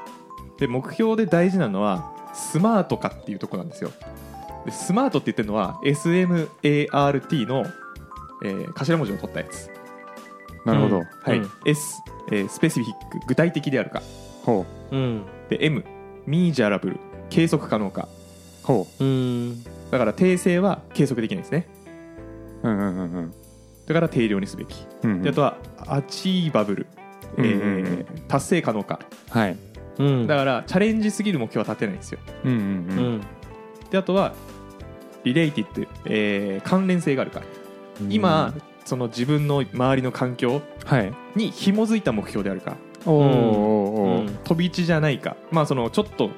Speaker 3: で目標で大事なのはスマート化っていうところなんですよでスマートって言ってるのは SMART の、えー頭文字を取ったやつ、
Speaker 1: なるほど
Speaker 3: はい
Speaker 2: うん
Speaker 3: S、えースペシフィック具体的であるか
Speaker 1: ほ
Speaker 2: うん
Speaker 3: で M ミージャラブル計測可能か
Speaker 1: うほ
Speaker 2: うん
Speaker 3: だから訂正は計測できないですね
Speaker 1: ううんうんうんうん
Speaker 3: だから定量にすべき
Speaker 1: うんうん
Speaker 3: であとはアチーバブル、えー
Speaker 1: うんうんうん
Speaker 3: 達成可能か
Speaker 1: はい
Speaker 2: うん
Speaker 3: だからチャレンジすぎる目標は立てないんですよ
Speaker 1: うんうんうん
Speaker 3: であとはリレイティッド、えー関連性があるか
Speaker 1: うん
Speaker 3: 今その自分の周りの環境
Speaker 1: はい
Speaker 3: に紐づいた目標であるか
Speaker 1: おーおーお
Speaker 2: う
Speaker 1: ー
Speaker 2: ん
Speaker 3: 飛び地じゃないかまあそのちょっと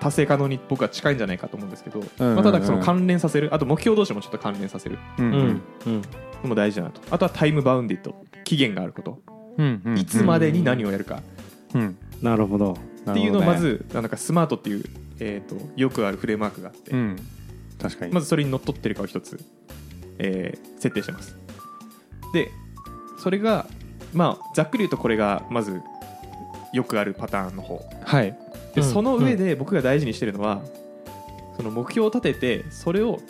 Speaker 3: 達成可能に僕は近いんじゃないかと思うんですけど、
Speaker 1: うん
Speaker 3: まあ、ただその関連させるあと目標同士もちょっと関連させる
Speaker 1: うん
Speaker 2: うんうん
Speaker 3: のも大事だなとあとはタイムバウンディット期限があること
Speaker 1: うんうん
Speaker 3: いつまでに何をやるか
Speaker 1: うん
Speaker 2: なるほど
Speaker 3: っていうのを
Speaker 1: な
Speaker 3: ま
Speaker 1: るほどね
Speaker 3: ずなんかスマートっていう、えー、とよくあるフレームワークがあって、
Speaker 1: うん確かに
Speaker 3: まずそれにのっとってるかを一つ、えー設定してますでそれがまあざっくり言うとこれがまずよくあるパターンの方
Speaker 1: はい
Speaker 2: う
Speaker 3: で、
Speaker 2: ん
Speaker 3: その上で僕が大事にしてるのはその目標を立ててそれを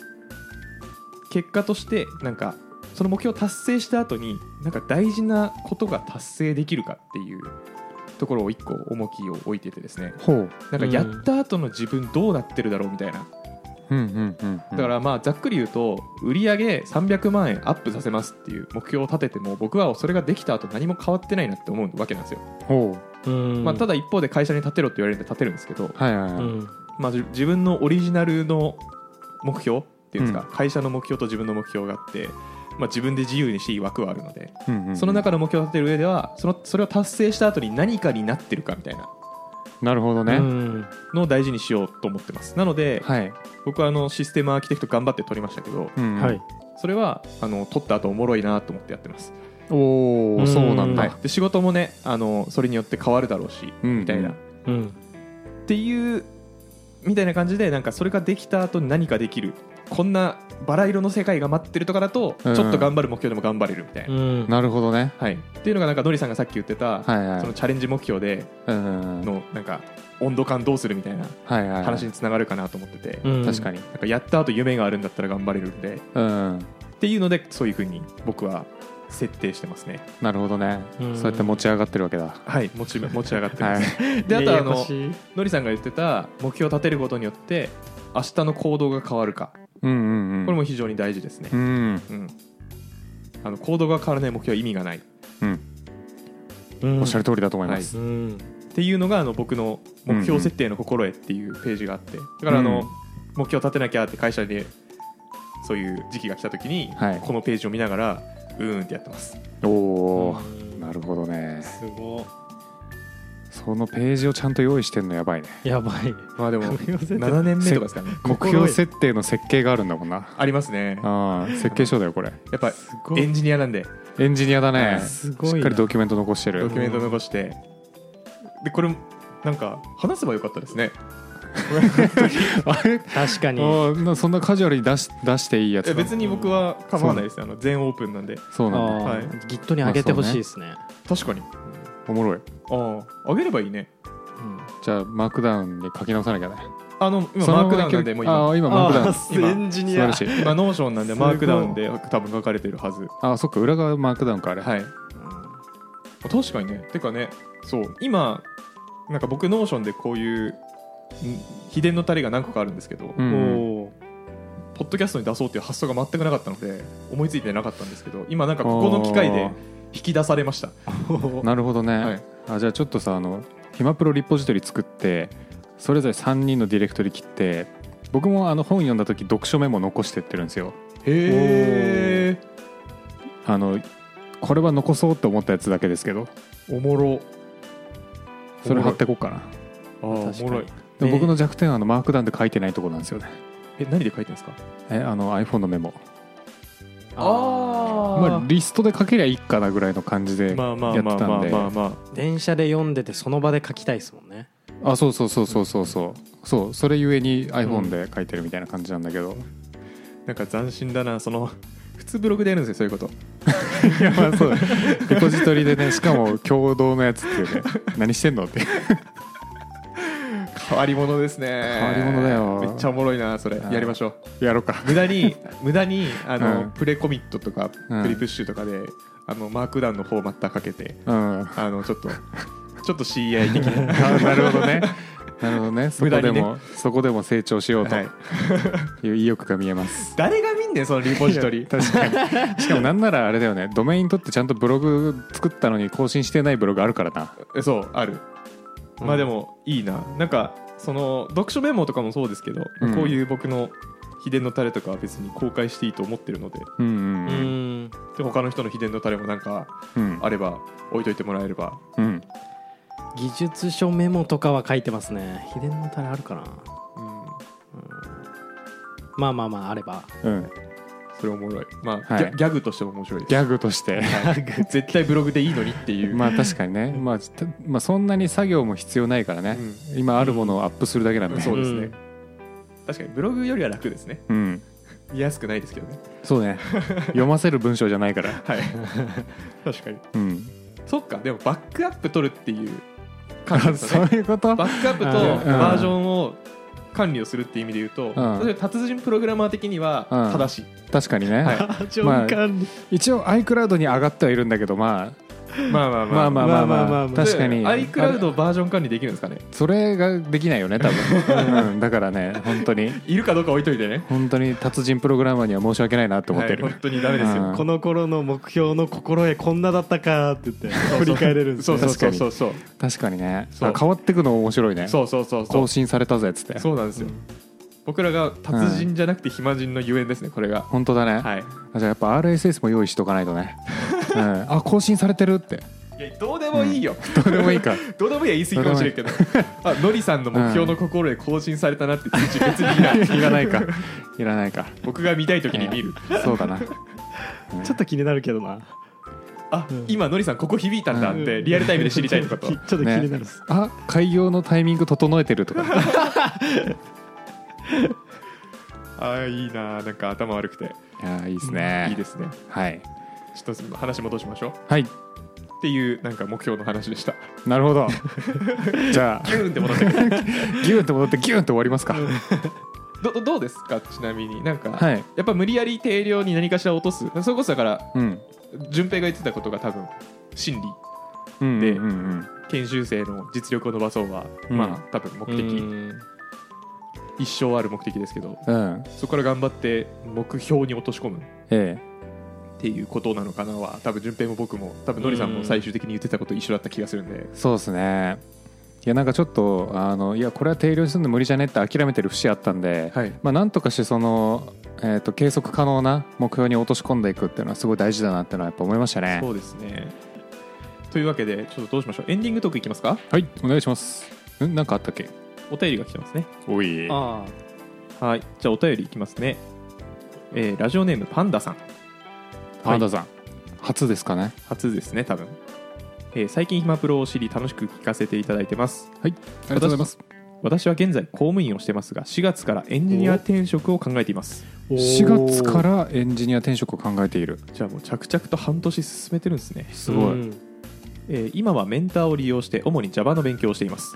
Speaker 3: 結果としてなんかその目標を達成した後になんか大事なことが達成できるかっていうところを一個重きを置いててですね
Speaker 1: ほう
Speaker 3: なんかやった後の自分どうなってるだろうみたいな、
Speaker 1: うんうんうんうん
Speaker 3: だからまあざっくり言うと売上300万円アップさせますっていう目標を立てても僕はそれができた後何も変わってないなって思うわけなんですよ、
Speaker 1: ほう
Speaker 2: うん
Speaker 3: まあ、ただ一方で会社に立てろって言われるんで立てるんですけど、
Speaker 1: はいはいは
Speaker 2: う
Speaker 1: い
Speaker 2: ん
Speaker 3: まあ、じ自分のオリジナルの目標っていうんですか、会社の目標と自分の目標があって、まあ、自分で自由にしていい枠はあるので、
Speaker 1: うんうんうん
Speaker 3: その中の目標を立てる上ではそのそれを達成した後に何かになってるかみたいな
Speaker 1: なるほど
Speaker 2: う
Speaker 1: ね
Speaker 2: ん
Speaker 3: のを大事にしようと思ってますなので、
Speaker 1: はい
Speaker 3: 僕はあのシステムアーキテクト頑張って取りましたけど
Speaker 1: うん
Speaker 2: はい
Speaker 3: それはあの取った後おもろいなと思ってやってます、
Speaker 1: お
Speaker 2: う
Speaker 1: お
Speaker 2: ん
Speaker 1: そうなん
Speaker 3: はい
Speaker 1: だ、
Speaker 3: で仕事もねあのそれによって変わるだろうし、
Speaker 1: うん
Speaker 3: みたいな
Speaker 1: う
Speaker 3: っ
Speaker 1: ん
Speaker 2: うん
Speaker 3: ていうみたいな感じでなんかそれができた後に何かできるこんなバラ色の世界が待ってるとかだと、
Speaker 1: うん
Speaker 3: ちょっと頑張る目標でも頑張れるみたい
Speaker 2: う
Speaker 3: な、
Speaker 2: ん
Speaker 1: なるほどね
Speaker 3: はい、っていうのがなんかのりさんがさっき言って
Speaker 1: は
Speaker 3: た、
Speaker 1: いはい
Speaker 3: そのチャレンジ目標で
Speaker 1: うんうんうん
Speaker 3: のなんか温度感どうするみたいな
Speaker 1: はいはい
Speaker 3: 話につながるかなと思ってて、
Speaker 2: うん
Speaker 1: 確かに
Speaker 3: なんかやった後夢があるんだったら頑張れるんで
Speaker 1: うん
Speaker 3: っていうのでそういうふうに僕は設定してますね
Speaker 1: なるほどね
Speaker 2: うん
Speaker 1: そうやって持ち上がってるわけだ
Speaker 3: はい持ち持ち上がってま *laughs*
Speaker 1: は
Speaker 3: す、
Speaker 1: い
Speaker 3: であとはあ
Speaker 2: ややこ
Speaker 3: の
Speaker 2: しい
Speaker 3: のりさんが言ってた目標を立てることによって明日の行動が変わるか
Speaker 1: うんうんうん
Speaker 3: これも非常に大事ですね
Speaker 1: う、ん
Speaker 3: うんあの行動が変わらない目標は意味がないっ
Speaker 1: うん
Speaker 2: うん
Speaker 1: おっしゃる通りだと思います
Speaker 2: うん
Speaker 3: ていうのがあの僕の目標設定の心得っていうページがあってだからあの、
Speaker 1: うん
Speaker 3: 目標を立てなきゃって会社でそういう時期が来た時に、
Speaker 1: はい
Speaker 3: このページを見ながらうーんってやってます
Speaker 1: おお
Speaker 2: うん
Speaker 1: なるほどね
Speaker 2: すごい
Speaker 1: そのページをちゃんと用意してんのやばいね
Speaker 2: やばい
Speaker 3: まあでも *laughs*
Speaker 2: 目標設定
Speaker 3: 7年目とかですかね
Speaker 1: 目標設定の設計があるんだもんな
Speaker 3: ありますね
Speaker 1: あー設計書だよこれ
Speaker 3: やっぱ
Speaker 2: すごい
Speaker 3: エンジニアなんで
Speaker 1: エンジニアだねし
Speaker 2: すごいな
Speaker 1: っかりドキュメント残して
Speaker 3: ド
Speaker 1: る
Speaker 3: キュメント残してでこれなんか話せばよかったですね
Speaker 1: あれ
Speaker 2: 確か
Speaker 1: あ
Speaker 2: に
Speaker 1: ーなそんなカジュアルに出し出していいやつ
Speaker 3: え
Speaker 1: なの
Speaker 3: 別に僕は構わないですよあの全オープンなんで
Speaker 1: そうなんだ
Speaker 2: あ
Speaker 3: はい
Speaker 2: ー Git に上げてほしいですね
Speaker 3: 確かに
Speaker 1: おもろい
Speaker 3: ああ上げればいいね
Speaker 1: じゃあマークダウンに書き直さなきゃね
Speaker 3: あの今
Speaker 1: その
Speaker 3: マークダウンなんでもう今
Speaker 1: あー今マークダウン素
Speaker 3: 今
Speaker 2: ンジ
Speaker 1: 晴らしい
Speaker 3: 今ノーションなんです
Speaker 2: ごい
Speaker 3: マークダウンで多分書かれてるはず
Speaker 1: あーそっか裏側マークダウンかあれ
Speaker 3: はい確かにねてかねそう今なんか僕ノーションでこういうん秘伝のタレが何個かあるんですけど、
Speaker 1: うん
Speaker 2: おー
Speaker 3: ポッドキャストに出そうっていう発想が全くなかったので思いついてなかったんですけど今なんかここの機会で引き出されました
Speaker 1: なるほどね、
Speaker 3: はい
Speaker 1: あじゃあちょっとさあのひまプロリポジトリ作ってそれぞれ3人のディレクトリ切って僕もあの本読んだ時読書メモ残してってるんですよ
Speaker 3: へえ
Speaker 1: あのこれは残そうって思ったやつだけですけど
Speaker 3: おもろ
Speaker 1: それ貼ってこっかな
Speaker 3: あーお
Speaker 2: 確かに
Speaker 3: もろい
Speaker 1: でも
Speaker 2: ね
Speaker 1: 僕の弱点はあのマークダウンで書いてないとこなんですよね
Speaker 3: え何で書いてるんですか
Speaker 1: えあの iPhone のメモ
Speaker 2: あ
Speaker 3: あ
Speaker 1: まあ、リストで書けりゃいいかなぐらいの感じでやって
Speaker 3: ま
Speaker 1: た
Speaker 3: あ
Speaker 1: ん
Speaker 3: まあまあまあ
Speaker 1: で
Speaker 3: まあまあ
Speaker 2: ー電車で読んでてその場で書きたいですもんね
Speaker 1: あそうそうそうそうそうそうそうそれゆえに iPhone で書いてるみたいな感じなんだけど、
Speaker 3: なんか斬新だなその *laughs* 普通ブログでやるんですよそういうこと
Speaker 1: いやまあそうデポジトリでねしかも共同のやつっていうね何してんのって
Speaker 3: 変わり者ですね変
Speaker 1: わり者だよ
Speaker 3: めっちゃおもろいなそれ
Speaker 1: うん
Speaker 3: やりましょう
Speaker 1: やろうか
Speaker 3: 無
Speaker 1: *laughs*
Speaker 3: 駄に無駄にあの、
Speaker 1: うん
Speaker 3: プレコミットとか
Speaker 1: うん
Speaker 3: プリプッシュとかで、あのマークダウンのフォーマッターかけて
Speaker 1: うん
Speaker 3: あのちょっと *laughs* ちょっと
Speaker 1: *laughs*
Speaker 3: CI 的な
Speaker 1: あなるほどねなるほどねそこで
Speaker 3: 無駄に
Speaker 1: も、そこでも成長しようと
Speaker 3: はい
Speaker 1: いう意欲が見えます、
Speaker 3: 誰が見んねんそのリポジトリ
Speaker 1: *laughs* 確かにしかもなんならあれだよねドメイン取ってちゃんとブログ作ったのに更新してないブログあるからな
Speaker 3: え *laughs* そうある、
Speaker 2: うん
Speaker 3: まあでもいいななんかその読書メモとかもそうですけど、
Speaker 1: うん
Speaker 3: こういう僕の秘伝のタレとかは別に公開していいと思ってるので
Speaker 1: うん
Speaker 2: う
Speaker 1: うんうん
Speaker 2: ん
Speaker 3: で他の人の秘伝のタレもなんか
Speaker 1: うん
Speaker 3: あれば置いといてもらえれば
Speaker 1: うん
Speaker 2: 技術書メモとかは書いてますね秘伝のタレあるかな、
Speaker 3: うん、
Speaker 2: うんまあまあまああれば
Speaker 1: うん、
Speaker 3: それおもろいまあ、
Speaker 1: はい
Speaker 3: ギャギャグとしても面白いです
Speaker 1: ギャグとして *laughs*
Speaker 3: 絶対ブログでいいのにっていう、
Speaker 1: まあ確かにね、まあ、たまあそんなに作業も必要ないからね、今あるものをアップするだけなん
Speaker 3: う
Speaker 1: で、
Speaker 3: んそうですね、
Speaker 2: うん
Speaker 3: 確かにブログよりは楽ですね
Speaker 1: うん、
Speaker 3: 見やすくないですけどね
Speaker 1: そう *laughs* ね読ませる文章じゃないから、
Speaker 3: はい確かに
Speaker 1: うん、
Speaker 3: そっかでもバックアップ取るっていう感じ
Speaker 1: あ
Speaker 3: で
Speaker 1: *laughs*
Speaker 3: す
Speaker 1: そう
Speaker 3: よね
Speaker 1: いうこと
Speaker 3: バックアップと
Speaker 1: うん
Speaker 3: バージョンを管理をするっていう意味で言うと、
Speaker 1: ん
Speaker 3: 例えば達人プログラマー的には
Speaker 1: うん
Speaker 3: 正しい、
Speaker 1: 確かにね、
Speaker 3: はい
Speaker 1: まあ
Speaker 2: 間
Speaker 1: 一応 iCloud に上がってはいるんだけどま
Speaker 3: まあまあ
Speaker 1: あまあまあまあまあ,、
Speaker 2: まあまあまあまあ
Speaker 1: 確かに
Speaker 3: で iCloud バージョン管理できるんですかね
Speaker 1: あそれができないよね多 *laughs* 分、うん、だからね本当に
Speaker 3: いるかどうか置いといてね
Speaker 1: 本当に達人プログラマーには申し訳ないなと思ってる、
Speaker 3: はい本当にダメですよ、
Speaker 1: うん
Speaker 2: この頃の目標の心得こんなだったかって言って振り返れるんです
Speaker 3: そう
Speaker 2: よ
Speaker 3: そうそうそうそう
Speaker 1: 確かにね
Speaker 3: そう
Speaker 1: あ変わってくの面白いね
Speaker 3: そうそうそうそう
Speaker 1: 更新されたぜっつって
Speaker 3: そうなんですよ、僕らが達人じゃなくて暇人のゆえんですねこれが、
Speaker 1: 本当だね、
Speaker 3: はい
Speaker 1: あじゃあやっぱ RSS も用意しとかないと
Speaker 3: *laughs*
Speaker 1: ね、うん、あ更新されてるって
Speaker 3: いやどうでもいいよ、
Speaker 1: どうでもいい
Speaker 3: *laughs*
Speaker 1: か
Speaker 3: どうでもいいは言い過ぎかもしれんけどあのりさんの目標の心得更新されたなって通知別にいない
Speaker 1: いらないかいらないか
Speaker 3: *laughs* 僕が見たい時に見る、
Speaker 1: そうだな
Speaker 2: ちょっと気になるけどな
Speaker 3: あ今のりさんここ響いたんだってリアルタイムで知りたいとかと
Speaker 2: *laughs* ちょっと気
Speaker 1: ね
Speaker 2: になるっす
Speaker 1: あ開業のタイミング整えてる
Speaker 3: *laughs*
Speaker 1: とか
Speaker 3: *laughs* ああいいなーなんか頭悪くて
Speaker 1: いやーいいですね
Speaker 3: いいですね
Speaker 1: はい
Speaker 3: ちょっと話戻しましょう
Speaker 1: はい
Speaker 3: っていうなんか目標の話でした
Speaker 1: なるほ
Speaker 3: *laughs*
Speaker 1: どじゃあ
Speaker 3: ギューンって戻って *laughs* く
Speaker 1: ギ
Speaker 3: る
Speaker 1: ュンって戻ってギュンって終わりますか、
Speaker 3: どどどうですかちなみになんか、
Speaker 1: はい
Speaker 3: やっぱ無理やり定量に何かしら落とすそれこそだから
Speaker 1: うん
Speaker 3: 順平が言ってたことが多分真理
Speaker 1: うん
Speaker 3: で
Speaker 1: うんうん
Speaker 3: 研修生の実力を伸ばそうは、
Speaker 1: うん
Speaker 3: まあ多分目的、一生ある目的ですけど
Speaker 1: うんうん
Speaker 3: そこから頑張って目標に落とし込むっ
Speaker 1: え
Speaker 3: ていうことなのかなは多分順平も僕も多分のりさんも最終的に言ってたこと一緒だった気がするんで、
Speaker 1: えそうですねいやなんかちょっとあのいやこれは定量にするの無理じゃねって諦めてる節あったんで、
Speaker 3: はい
Speaker 1: まあ、なんとかしてその、えー、と計測可能な目標に落とし込んでいくっていうのはすごい大事だなっていうのはやっぱ思いましたね
Speaker 3: そうですねというわけでちょっとどうしましょうエンディングトークいきますか
Speaker 1: はいお願いしますんなんかあったっけ
Speaker 3: お便りが来てますね
Speaker 1: おいあ
Speaker 2: あ
Speaker 3: はいじゃあお便りいきますね、えーラジオネームパンダさん
Speaker 1: パンダさん、初ですかね
Speaker 3: 初ですね多分、えー最近暇プロを知り楽しく聞かせていただいてます
Speaker 1: はいありがとうございます
Speaker 3: 私は現在公務員をしてますが4月からエンジニア転職を考えています
Speaker 1: 4月からエンジニア転職を考えている
Speaker 3: じゃあもう着々と半年進めてるんですね、
Speaker 1: すごい、
Speaker 3: えー今はメンターを利用して主に Java の勉強をしています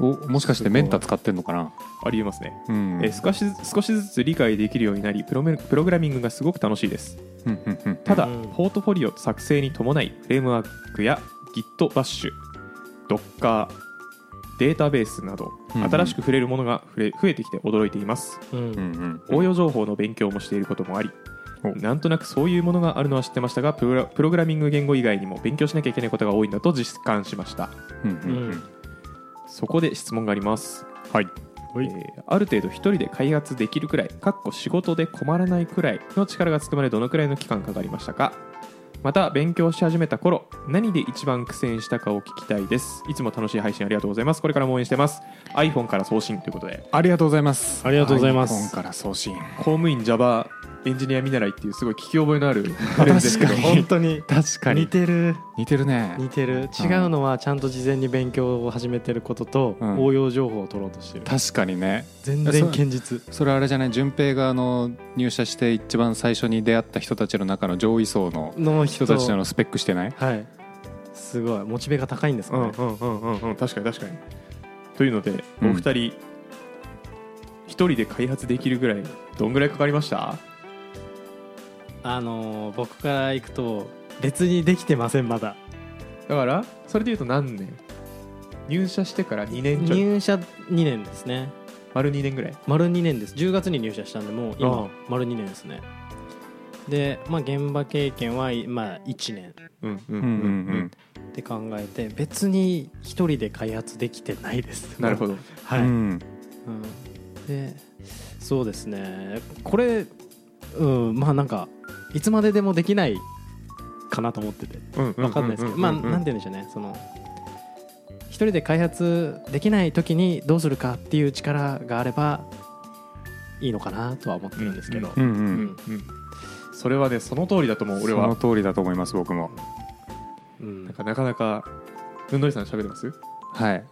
Speaker 1: おもしかしてメンタ使ってんのかな
Speaker 3: ありえますね、
Speaker 1: うん
Speaker 3: えー少しず少しずつ理解できるようになりプロメプログラミングがすごく楽しいです
Speaker 1: うんうんうん
Speaker 3: ただ、
Speaker 2: うん
Speaker 3: ポートフォリオ作成に伴いフレームワークや Git バッシュ Docker データベースなど
Speaker 1: うんうん
Speaker 3: 新しく触れるものが増え増えてきて驚いています、
Speaker 2: う
Speaker 1: う
Speaker 2: ん
Speaker 1: んうん
Speaker 3: 応用情報の勉強もしていることもあり
Speaker 1: お
Speaker 3: なんとなくそういうものがあるのは知ってましたがプログラプログラミング言語以外にも勉強しなきゃいけないことが多いんだと実感しました
Speaker 1: うんうんうん
Speaker 3: そこで質問があります、
Speaker 1: はい
Speaker 2: はい
Speaker 3: えーある程度一人で開発できるくらいかっこ仕事で困らないくらいの力がつくまでどのくらいの期間かかりましたかまた勉強し始めた頃何で一番苦戦したかを聞きたいですいつも楽しい配信ありがとうございますこれからも応援してます iPhone から送信ということで
Speaker 1: ありがとうございます
Speaker 2: ありがとうございます
Speaker 1: 今から送信
Speaker 3: 公務員 Java エンジニア見習いっていうすごい聞き覚えの
Speaker 1: *laughs*
Speaker 3: あるフレーズです
Speaker 1: 確
Speaker 3: け
Speaker 1: か
Speaker 3: ど
Speaker 1: に
Speaker 2: 本当に
Speaker 1: 確か
Speaker 2: 似
Speaker 1: に
Speaker 2: てる
Speaker 1: 似てるね
Speaker 2: 似てる違うのはちゃんと事前に勉強を始めてることと
Speaker 1: うん
Speaker 2: 応用情報を取ろうとしてる
Speaker 1: 確かにね
Speaker 2: 全然堅実
Speaker 1: それあれじゃない順平があの入社して一番最初に出会った人たちの中の上位層の
Speaker 2: の
Speaker 1: 人
Speaker 2: 人
Speaker 1: たちなのスペックしてない
Speaker 2: はいすごいモチベが高いんです
Speaker 3: う
Speaker 2: か
Speaker 3: ん
Speaker 2: ね
Speaker 3: うんうんうんうん確かに確かにというのでお
Speaker 1: うん
Speaker 3: 二人一、人で開発できるぐらいどんぐらいかかりました
Speaker 2: あのー僕から行くと別にできてませんまだ
Speaker 3: だからそれでいうと何年入社してから2年ちょい
Speaker 2: 入社2年ですね
Speaker 3: 丸2年ぐらい
Speaker 2: 丸2年です10月に入社したんでもう
Speaker 3: ああ
Speaker 2: 今丸2年ですねで、まあ、現場経験は、まあ、1年
Speaker 3: うんうんう
Speaker 1: うんんうん
Speaker 2: って考えて別に1人で開発できてないです
Speaker 3: *laughs* なるほ
Speaker 2: ど、
Speaker 3: ど
Speaker 1: う
Speaker 2: *laughs* はい
Speaker 1: んう
Speaker 2: うん
Speaker 1: ん
Speaker 2: でそうですねこれ、うん、まあなんかいつまででもできないかなと思ってて
Speaker 3: 分
Speaker 2: わかんないですけど、まあなん
Speaker 3: で
Speaker 2: て言うんでしょうねその一人で開発できない時にどうするかっていう力があればいいのかなとは思ってるんですけど、
Speaker 1: うんう
Speaker 3: うんんうんそれはねその通りだと思う俺
Speaker 1: その
Speaker 3: は
Speaker 1: 通りだと思います僕も
Speaker 2: うん
Speaker 3: なんかなかなかうんどりさん喋れます
Speaker 1: はい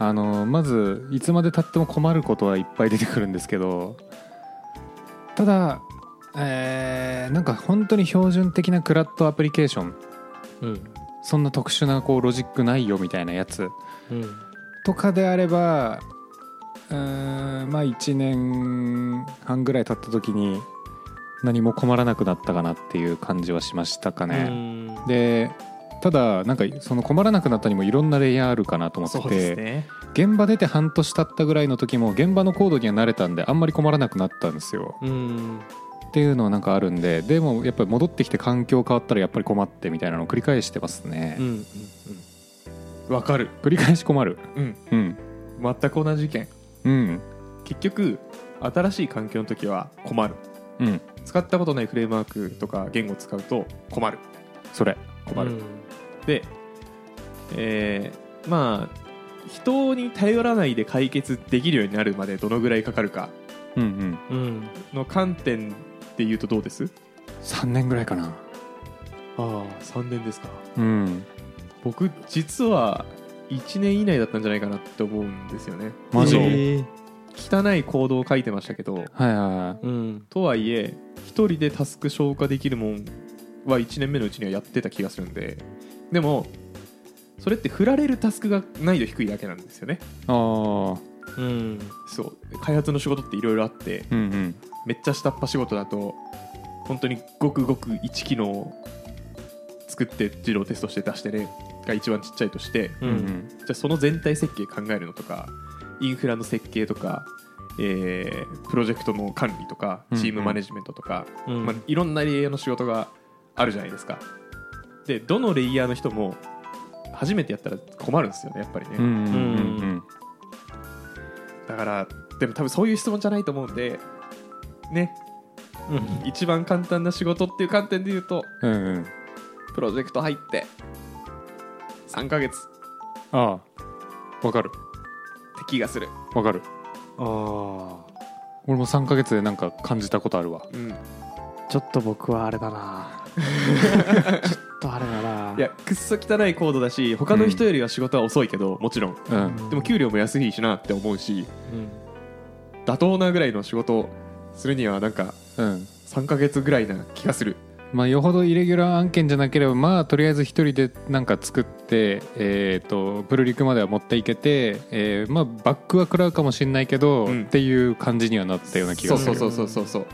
Speaker 1: あのまずいつまでたっても困ることはいっぱい出てくるんですけどただえーなんか本当に標準的なクラッドアプリケーション
Speaker 2: うん
Speaker 1: そんな特殊なこうロジックないよみたいなやつ
Speaker 2: うん
Speaker 1: とかであればうーんまあ1年半ぐらい経った時に何も困らなくなったかなっていう感じはしましたかね、
Speaker 2: うん
Speaker 1: でただなんかその困らなくなったにもいろんなレイヤーあるかなと思って
Speaker 3: そう
Speaker 1: て、
Speaker 3: ですね
Speaker 1: 現場出て半年経ったぐらいの時も現場のコードには慣れたんであんまり困らなくなったんですよ
Speaker 2: うん
Speaker 1: っていうのはなんかあるんででもやっぱり戻ってきて環境変わったらやっぱり困ってみたいなのを繰り返してますね、
Speaker 2: うんうん
Speaker 3: わかる
Speaker 1: 繰り返し困る
Speaker 3: うん
Speaker 1: うん
Speaker 3: 全く同じ意見
Speaker 1: うん
Speaker 3: 結局新しい環境の時は困る
Speaker 1: うん
Speaker 3: 使ったことないフレームワークとか言語を使うと困る
Speaker 1: それ
Speaker 3: 困る、で、えーまあ人に頼らないで解決できるようになるまでどのぐらいかかるか
Speaker 1: うんうん
Speaker 2: うんうん
Speaker 3: の観点で言うとどうです
Speaker 1: 3年ぐらいかな
Speaker 3: ああ3年ですか
Speaker 1: うん
Speaker 3: 僕実は1年以内だったんじゃないかなって思うんですよね
Speaker 1: マジ
Speaker 3: あの
Speaker 2: えー
Speaker 3: 汚い行動を書いてましたけど
Speaker 1: はいはいは
Speaker 2: うん
Speaker 3: とはいえ1人でタスク消化できるもんは1年目のうちにはやってた気がするんででもそれって振られるタスクが難易度低いだけなんですよね
Speaker 1: いああ
Speaker 2: うん
Speaker 3: そう開発の仕事っていろいろあって
Speaker 1: うんうん
Speaker 3: めっちゃ下っ端仕事だと本当にごくごく一機能を作って自動テストして出してねが一番ちっちゃいとして
Speaker 1: う
Speaker 2: う
Speaker 1: んん
Speaker 3: じゃあその全体設計考えるのとかインフラの設計とか、えープロジェクトの管理とか
Speaker 1: うんうん
Speaker 3: チームマネジメントとか、
Speaker 2: うん
Speaker 3: まあ、いろんなレイヤーの仕事があるじゃないですかでどのレイヤーの人も初めてやったら困るんですよねやっぱりね、
Speaker 1: うんうんうんうん
Speaker 3: だからでも多分そういう質問じゃないと思うんでね
Speaker 2: うん
Speaker 3: 一番簡単な仕事っていう観点で言うと
Speaker 1: うんうん
Speaker 3: プロジェクト入って3ヶ月っ
Speaker 1: ああわかる
Speaker 3: て気がする、
Speaker 1: わかる
Speaker 2: あ
Speaker 1: 俺も3ヶ月でなんか感じたことあるわ
Speaker 3: うん、い
Speaker 2: ーちょっと僕はあれだなちょっとあれだな
Speaker 3: やくっそ汚いコードだし他の人よりは仕事は遅いけど、もちろん
Speaker 1: うん
Speaker 3: でも給料も安いしなって思うし妥当なぐらいの仕事をするにはなんか
Speaker 1: うん
Speaker 3: 3ヶ月ぐらいな気がする
Speaker 1: まあ、よほどイレギュラー案件じゃなければまあとりあえず一人でなんか作って、えー、とプルリクまでは持っていけて、えーまあ、バックは食らうかもしれないけど、
Speaker 3: うん
Speaker 1: っていう感じにはなったような気
Speaker 3: そ
Speaker 1: が
Speaker 3: う
Speaker 1: す
Speaker 3: そ
Speaker 1: る
Speaker 3: うそうそうそうそう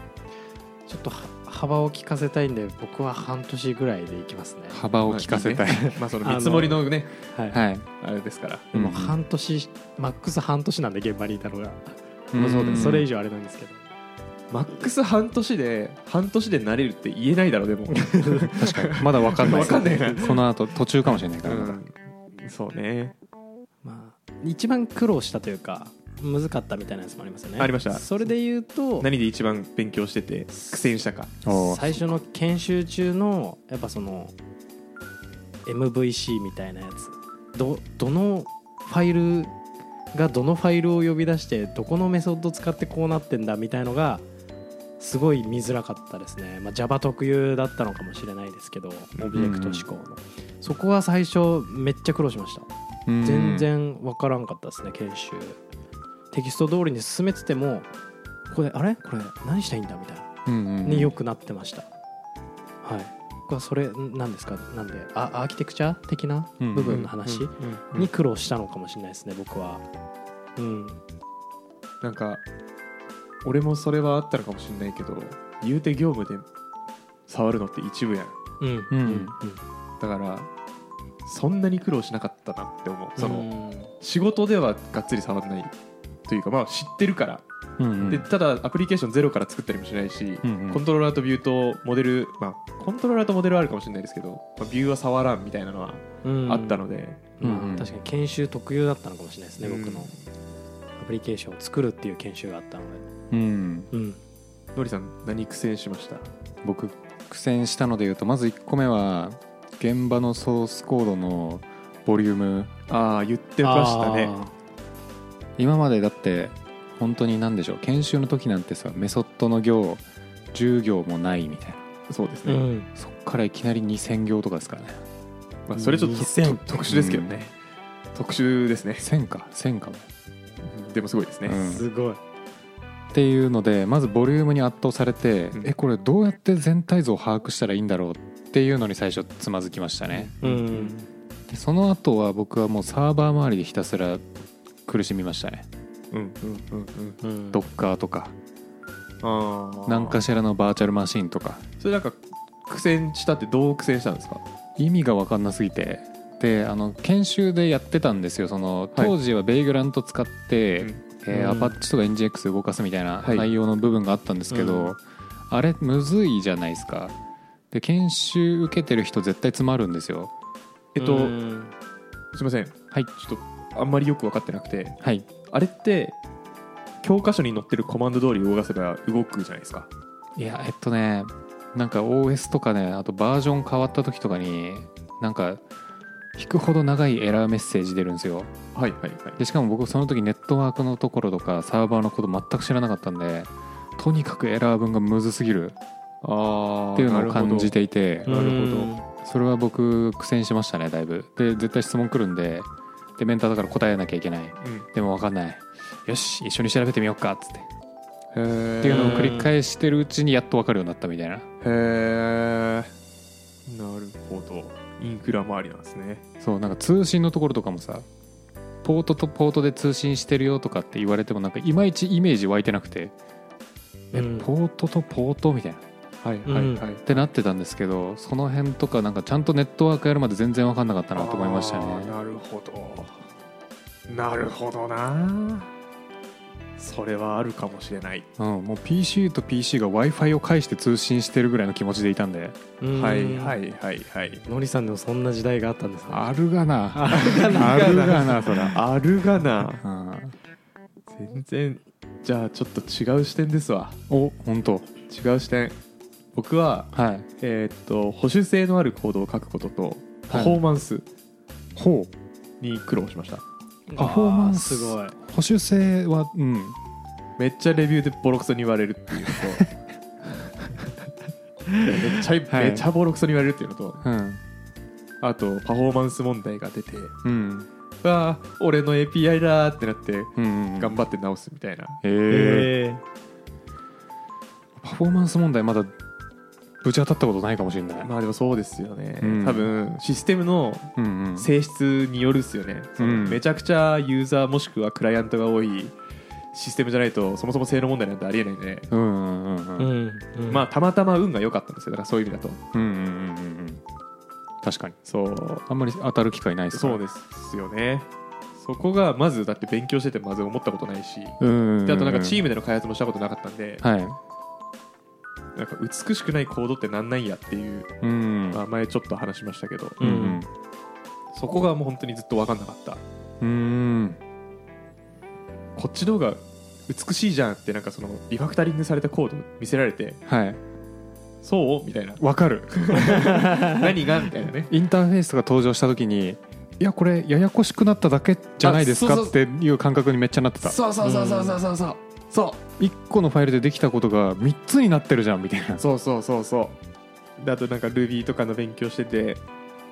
Speaker 2: ちょっとは幅を利かせたいんで僕は半年ぐらいでいきますね
Speaker 1: 幅を利かせたい、
Speaker 3: まあその
Speaker 2: あの
Speaker 3: 見積もりのね
Speaker 2: はい、
Speaker 1: はい、
Speaker 3: あれですから
Speaker 2: でも
Speaker 1: うん
Speaker 2: 半年マックス半年なんで現場にいたのが
Speaker 1: うん
Speaker 2: そうですそれ以上あれなんですけど
Speaker 3: マックス半年で半年で慣れるって言えないだろでも、
Speaker 1: 確かにまだ分かんない
Speaker 3: わかんないな
Speaker 1: この後途中かもしれないからまだ、
Speaker 3: うん、そうね
Speaker 2: まあ一番苦労したというか難かったみたいなやつもありますよね
Speaker 3: ありました
Speaker 2: それで言うと
Speaker 3: 何で一番勉強してて苦戦したか
Speaker 1: おー
Speaker 2: 最初の研修中のやっぱその MVC みたいなやつどどのファイルがどのファイルを呼び出してどこのメソッド使ってこうなってんだみたいのがすごい見づらかったですね、まあ、Java 特有だったのかもしれないですけどオブジェクト思考の、そこは最初めっちゃ苦労しました
Speaker 1: うん
Speaker 2: 全然分からんかったですね研修テキスト通りに進めててもここであれこれ何したいんだみたいな
Speaker 1: うんうん
Speaker 2: に良くなってました、はい僕はそれなんですかなんであアーキテクチャ的な
Speaker 1: うん
Speaker 2: 部分の話
Speaker 3: うんうんうん
Speaker 2: に苦労したのかもしれないですね僕はうん
Speaker 3: なんか俺もそれはあったのかもしれないけど言うて業務で触るのって一部やん
Speaker 2: うん
Speaker 1: うん
Speaker 3: だからそんなに苦労しなかったなって思うその、
Speaker 2: うん
Speaker 3: 仕事ではがっつり触らないというかまあ知ってるから、
Speaker 1: うんうん
Speaker 3: でただアプリケーションゼロから作ったりもしないし、
Speaker 1: うんうん
Speaker 3: コントローラーとビューとモデルまあコントローラーとモデルはあるかもしれないですけど、まあ、ビューは触らんみたいなのは
Speaker 2: うん
Speaker 3: あったので、
Speaker 2: まあ
Speaker 1: うんうん
Speaker 2: 確かに研修特有だったのかもしれないですね、
Speaker 3: うん
Speaker 2: 僕のアプリケーションを作るっていう研修があったので
Speaker 1: うん
Speaker 2: うん
Speaker 3: のりさん何苦戦しました
Speaker 1: 僕苦戦したのでいうとまず1個目は現場のソースコードのボリューム
Speaker 3: ああ言ってましたね
Speaker 2: あ
Speaker 1: 今までだって本当に何でしょう研修の時なんてさメソッドの行10行もないみたいな
Speaker 3: そうです
Speaker 2: ー
Speaker 3: ね、
Speaker 2: うん
Speaker 1: そっからいきなり2000行とかですからね
Speaker 3: まあ、それちょっとと
Speaker 2: 2000
Speaker 3: と特殊ですけどね、特殊ですね
Speaker 1: 1000か1000かも、
Speaker 3: でもすごいですね、
Speaker 1: うん
Speaker 2: すごい
Speaker 1: っていうのでまずボリュームに圧倒されて、
Speaker 3: うん
Speaker 1: えこれどうやって全体像を把握したらいいんだろうっていうのに最初つまずきましたね
Speaker 2: うん
Speaker 1: でその後は僕はもうサーバー周りでひたすら苦しみましたね
Speaker 3: うんうんうんうん
Speaker 2: うん
Speaker 1: ドッカーとか
Speaker 3: あー
Speaker 1: 何かしらのバーチャルマシンとか
Speaker 3: それなんか苦戦したってどう苦戦したんですか
Speaker 1: 意味が分かんなすぎてであの研修でやってたんですよその
Speaker 3: はい
Speaker 1: 当時はベーグラント使って、
Speaker 3: うん
Speaker 1: えー
Speaker 2: うん
Speaker 1: アパッチとか NGX 動かすみたいな
Speaker 3: はい
Speaker 1: 内容の部分があったんですけど、
Speaker 2: う
Speaker 1: あれむずいじゃないですかで研修受けてる人絶対詰まるんですよ
Speaker 3: えっと、
Speaker 2: うん
Speaker 3: すいませんち
Speaker 1: はい
Speaker 3: ょっとあんまりよく分かってなくて
Speaker 1: はい
Speaker 3: あれって教科書に載ってるコマンド通り動かせば動くじゃないですか
Speaker 1: いやえっとねなんか OS とかねあとバージョン変わった時とかになんか引くほど長いエラーメッセージ出るんですよ
Speaker 3: はいはいはい
Speaker 1: でしかも僕その時ネットワークのところとかサーバーのこと全く知らなかったんでとにかくエラー分がむずすぎる
Speaker 3: あ
Speaker 1: っていうのを感じていて
Speaker 3: なるほど
Speaker 1: それは僕苦戦しましたねだいぶで絶対質問来るんででメンターだから答えなきゃいけないでも分かんないよし一緒に調べてみようかっつって
Speaker 3: へ
Speaker 1: っ
Speaker 3: ってて
Speaker 1: い
Speaker 3: いうう
Speaker 1: の
Speaker 3: の
Speaker 1: を
Speaker 3: を
Speaker 1: 繰り返してるうちにやっと分かるようになったみたいな
Speaker 3: へえなるほどインフラ周りなんですね
Speaker 1: そうなんか通信のところとかもさポートとポートで通信してるよとかって言われてもなんかいまいちイメージ湧いてなくて、え
Speaker 2: うん
Speaker 1: ポートとポートみたいな
Speaker 3: はい
Speaker 2: うんはいは
Speaker 1: ってなってたんですけどその辺とかなんかちゃんとネットワークやるまで全然分かんなかったなと思いましたね
Speaker 3: あーなるほどなるほどなそれはあるかもしれない
Speaker 1: うん、もう PC と PC が w i f i を介して通信してるぐらいの気持ちでいたんで
Speaker 2: うん
Speaker 3: はいはいはいはい
Speaker 2: のりさんでもそんな時代があったんですね
Speaker 1: *laughs* あるがな
Speaker 2: ある
Speaker 1: あるがなそら、
Speaker 3: あるがな
Speaker 1: うん、
Speaker 3: 全然じゃあちょっと違う視点ですわ
Speaker 1: お本当
Speaker 3: 違う視点僕は
Speaker 1: はい
Speaker 3: えーっと保守性のあるコードを書くこととパフォーマンス
Speaker 1: ほ
Speaker 3: に苦労しました、
Speaker 1: パフォーマンス
Speaker 2: あーすごい
Speaker 1: 保守性はうん
Speaker 3: めっちゃレビューでボロクソに言われるっていうのとめっちゃ、
Speaker 1: はい
Speaker 3: めっちゃボロクソに言われるっていうのと
Speaker 1: うん
Speaker 3: あとパフォーマンス問題が出て
Speaker 1: うん
Speaker 3: わあ俺の API だーってなって
Speaker 1: うんうん
Speaker 3: 頑張って直すみたいな、
Speaker 1: えー
Speaker 2: え
Speaker 1: パフォーマンス問題まだぶち当たったことないかもしれない、
Speaker 3: まあでもそうですよね、
Speaker 1: うん
Speaker 3: 多分システムの
Speaker 1: うんうん
Speaker 3: 性質によるっすよね、そ
Speaker 1: う
Speaker 3: の
Speaker 1: ん
Speaker 3: めちゃくちゃユーザーもしくはクライアントが多いシステムじゃないとそもそも性能問題なんてありえないんで、ね
Speaker 1: うんうんうん
Speaker 2: う
Speaker 1: うん
Speaker 2: んうん
Speaker 3: まあたまたま運が良かったんですよだからそういう意味だと
Speaker 1: うんうんうんうん確かに
Speaker 3: そう
Speaker 1: あんまり当たる機会ないですから
Speaker 3: そうですよねそこがまずだって勉強しててまず思ったことないし、
Speaker 1: うんうんうん
Speaker 3: であとなんかチームでの開発もしたことなかったんで、
Speaker 1: はい
Speaker 3: なんか美しくないコードってなんなんやっていう、
Speaker 1: うん
Speaker 3: まあ、前ちょっと話しましたけど、
Speaker 1: うんうん
Speaker 3: そこがもう本当にずっと分かんなかった
Speaker 1: うん
Speaker 3: こっちの方が美しいじゃんってなんかそのリファクタリングされたコード見せられて
Speaker 1: はい
Speaker 3: そうみたいな
Speaker 1: わかる
Speaker 3: 何がみたいなね
Speaker 1: インターフェースが登場した時にいやこれややこしくなっただけじゃないです
Speaker 3: あ
Speaker 1: か
Speaker 3: そう
Speaker 1: っていう感覚にめっちゃなってた
Speaker 3: *laughs* そうそうそうそうそうそうそうそう
Speaker 1: 1個のファイルでできたことが3つになってるじゃんみたいな
Speaker 3: そうそうそうそうであとなんか Ruby とかの勉強してて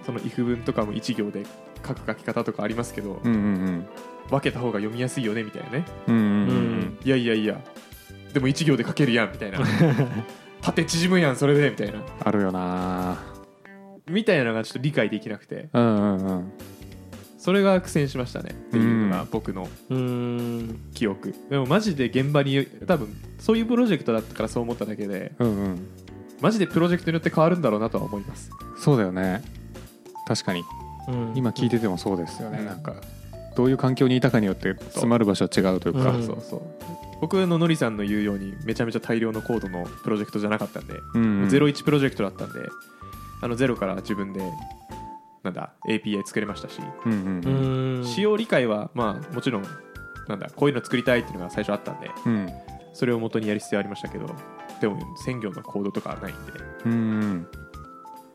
Speaker 3: その if 文とかも1行で書く書き方とかありますけど
Speaker 1: うんうん
Speaker 3: 分けた方が読みやすいよねみたいなね
Speaker 1: うんうんうんう
Speaker 2: うん
Speaker 1: ん
Speaker 3: いやいやいやでも1行で書けるやんみた *laughs* いな縦縮むやんそれでみたいな
Speaker 1: あるよな
Speaker 3: みたいなのがちょっと理解できなくて
Speaker 1: うんうんうん
Speaker 3: それが苦戦しましたねっていうのが僕の
Speaker 2: うん
Speaker 3: 記憶でもマジで現場に多分そういうプロジェクトだったからそう思っただけで
Speaker 1: うんうん
Speaker 3: マジでプロジェクトによって変わるんだろうなとは思います
Speaker 1: そうだよね確かに
Speaker 2: うん
Speaker 1: 今聞いててもそうですよね、
Speaker 3: うん
Speaker 1: なんかどういう環境にいたかによって詰まる場所は違うというか
Speaker 2: うん
Speaker 3: そうそう僕ののりさんの言うようにめちゃめちゃ大量のコードのプロジェクトじゃなかったんで、
Speaker 1: うんうん
Speaker 3: 01プロジェクトだったんであのゼロから自分でなんだ API 作れましたし、
Speaker 1: うんうん
Speaker 2: う
Speaker 1: うん
Speaker 2: ん
Speaker 3: 使用理解はまあもちろんなんだこういうの作りたいっていうのが最初あったんで
Speaker 1: うん
Speaker 3: それを元にやる必要ありましたけどでも専業のコードとかはないんで
Speaker 1: うんうん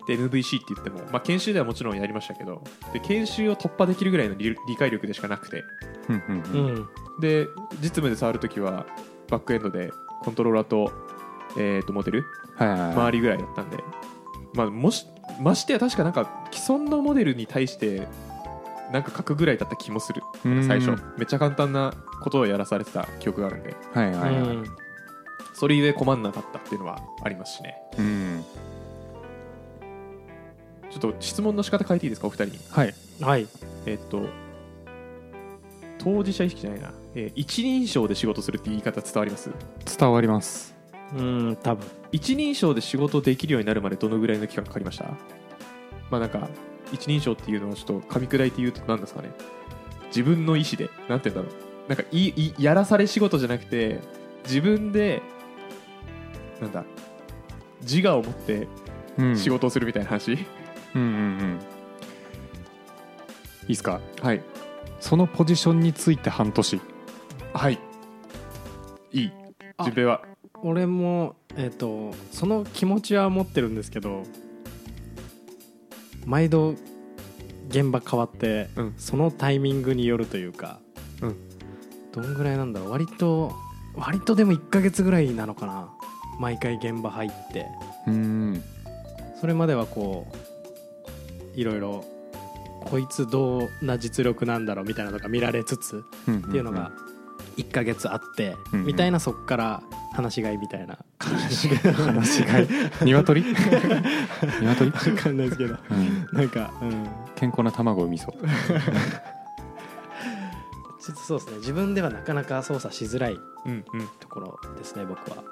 Speaker 3: で MVC って言っても、まあ、研修ではもちろんやりましたけどで研修を突破できるぐらいの理理解力でしかなくて
Speaker 1: うんうん
Speaker 2: う
Speaker 1: うん
Speaker 2: ん
Speaker 3: で実務で触るときはバックエンドでコントローラーと,、えーとモデル
Speaker 1: はいはいはい
Speaker 3: 周りぐらいだったんで、まあ、もしましてや確かなんか既存のモデルに対してなんか書くぐらいだった気もする
Speaker 1: うん
Speaker 3: 最初めっちゃ簡単なことをやらされてた記憶があるんで
Speaker 1: はいは
Speaker 2: う
Speaker 1: いはい
Speaker 2: ん
Speaker 3: それゆえ困んなかったっていうのはありますしね
Speaker 1: うん
Speaker 3: ちょっと質問の仕方変えていいですかお二人に
Speaker 1: はい
Speaker 2: はい
Speaker 3: えっと当事者意識じゃないな、えー一人称で仕事するって言い方伝わります
Speaker 1: 伝わります
Speaker 2: うん多分
Speaker 3: 一人称で仕事できるようになるまでどのぐらいの期間かかりましたまあなんか一人称っていうのはちょっと噛み砕いて言うと何ですかね自分の意思でなんて言うんだろうなんかいいやらされ仕事じゃなくて自分でなんだ自我を持って
Speaker 1: うん
Speaker 3: 仕事をするみたいな話、
Speaker 1: うんうんうんいいっすか
Speaker 3: はい
Speaker 1: そのポジションについて半年
Speaker 3: はいいい
Speaker 2: あ
Speaker 3: 順平は
Speaker 2: 俺もえっ、とその気持ちは持ってるんですけど毎度現場変わって、
Speaker 3: うん
Speaker 2: そのタイミングによるというか、
Speaker 3: うん
Speaker 2: どんぐらいなんだろう割と割とでも1ヶ月ぐらいなのかな毎回現場入って
Speaker 1: うん
Speaker 2: それまではこういろいろこいつどんな実力なんだろうみたいなのが見られつつ
Speaker 1: っ
Speaker 2: っていうのが1ヶ月あって、
Speaker 1: うんうん
Speaker 2: みたいなそっから話し飼いみたいな話が
Speaker 1: 話し飼い鶏鶏、
Speaker 2: わかんないですけど
Speaker 1: うん、
Speaker 2: なんか、うん、
Speaker 1: 健康な卵を産みそう
Speaker 2: ちょっとそうですね自分ではなかなか操作しづらい
Speaker 3: うんうん
Speaker 2: ところですね僕は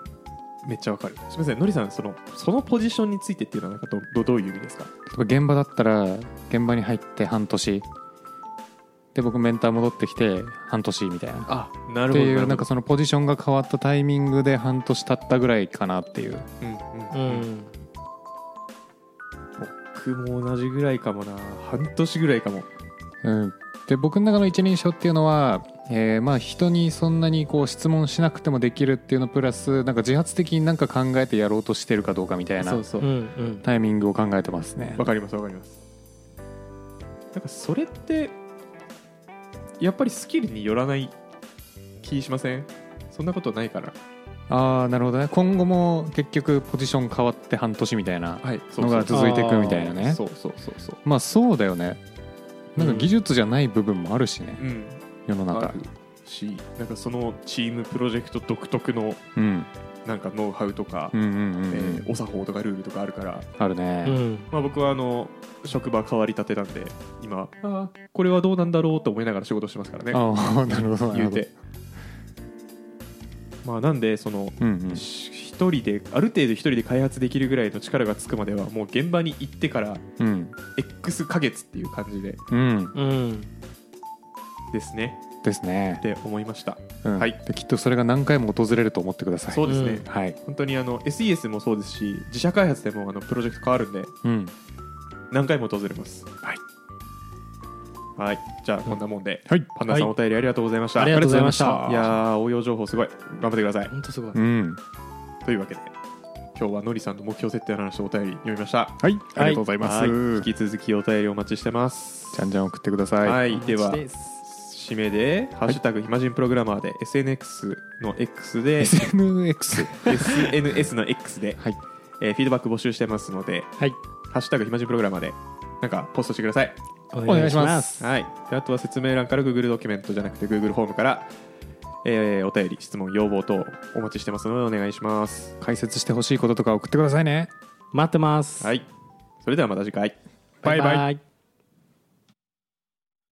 Speaker 3: めっちゃわかるすみませんのりさんそのそのポジションについてっていうのはなんかどどどういう意味ですか
Speaker 1: 例えば現場だったら現場に入って半年で僕メンター戻ってきて半年みたいなっ
Speaker 3: あなる
Speaker 1: て
Speaker 3: ほど
Speaker 1: い
Speaker 3: る
Speaker 1: う
Speaker 3: ほ
Speaker 1: なんかそのポジションが変わったタイミングで半年経ったぐらいかなっていう
Speaker 3: うん
Speaker 2: う
Speaker 3: うん、うん
Speaker 2: ん
Speaker 3: 僕も同じぐらいかもな半年ぐらいかも
Speaker 1: うん、で僕の中の一人称っていうのは、えーまあ人にそんなにこう質問しなくてもできるっていうのプラスなんか自発的になんか考えてやろうとしてるかどうかみたいな
Speaker 3: そうそう
Speaker 2: う
Speaker 3: わ、
Speaker 2: んうん
Speaker 1: タイミングを考えてますね。
Speaker 3: かりますわかりますなんかそれってやっぱりスキルによらない気しませんそんなことないから
Speaker 1: ああなるほどね今後も結局ポジション変わって半年みたいな
Speaker 3: はいそう
Speaker 1: の
Speaker 3: そ
Speaker 1: が
Speaker 3: うそう
Speaker 1: 続いていくみたいなね
Speaker 3: そうそうそうそう
Speaker 1: まあそうだよねなんか技術じゃない部分もあるしね、
Speaker 3: うん
Speaker 1: 世の
Speaker 3: あ
Speaker 1: 中
Speaker 3: るしなんかそのチームプロジェクト独特の
Speaker 1: うん
Speaker 3: なんかノウハウとか、
Speaker 1: うんうんうんうん、
Speaker 3: えーお作法とかルールとかあるから
Speaker 1: あるね、
Speaker 2: うん
Speaker 3: まあ、僕はあの職場変わりたてなんで今あーこれはどうなんだろうと思いながら仕事してますからね
Speaker 1: ああなるほどなる
Speaker 3: 言う
Speaker 1: ほど
Speaker 3: てまあなんでその
Speaker 1: うんうん
Speaker 3: し一人である程度一人で開発できるぐらいの力がつくまではもう現場に行ってから
Speaker 1: うん
Speaker 3: X ヶ月っていう感じで
Speaker 1: うん
Speaker 2: うん
Speaker 3: ですね
Speaker 1: ですね
Speaker 3: っ、て思いました
Speaker 1: うん
Speaker 3: はい
Speaker 1: できっとそれが何回も訪れると思ってください
Speaker 3: そうですね、
Speaker 2: うん
Speaker 1: はい
Speaker 3: 本当にあの SES もそうですし自社開発でもあのプロジェクト変わるんで
Speaker 1: うん
Speaker 3: 何回も訪れますはいはいじゃあこんなもんで、
Speaker 1: はい
Speaker 3: パンダさん
Speaker 2: はい
Speaker 3: お便りありがとうございました
Speaker 2: ありがとうございました
Speaker 3: いやー応用情報すごい頑張ってください
Speaker 2: 本当すごい
Speaker 1: うん
Speaker 3: というわけで今日はのりさんの目標設定の話をお便り読みました
Speaker 1: はいありがとうございます、
Speaker 3: はい引き続きお便りお待ちしてます
Speaker 1: じゃんじゃん送ってください、 *laughs*
Speaker 3: はい、
Speaker 2: マジ
Speaker 3: では
Speaker 2: です
Speaker 3: 締めで「ハッシュタグ暇人プログラマー」で SNX の
Speaker 1: *laughs*
Speaker 3: X で
Speaker 1: SNX
Speaker 3: SNS の X で、
Speaker 1: はい
Speaker 3: えーフィードバック募集してますので
Speaker 2: はい
Speaker 3: 「ハッシュタグ暇人プログラマーで」なんかポストしてください
Speaker 2: お
Speaker 1: 願いします
Speaker 3: はい、であとは説明欄から Google ドキュメントじゃなくて Google フォームから、えーお便り質問要望等お待ちしてますのでお願いします
Speaker 1: 解説してほしいこととか送ってくださいね
Speaker 2: 待ってます
Speaker 3: はいそれではまた次回
Speaker 1: バイバイ
Speaker 2: イ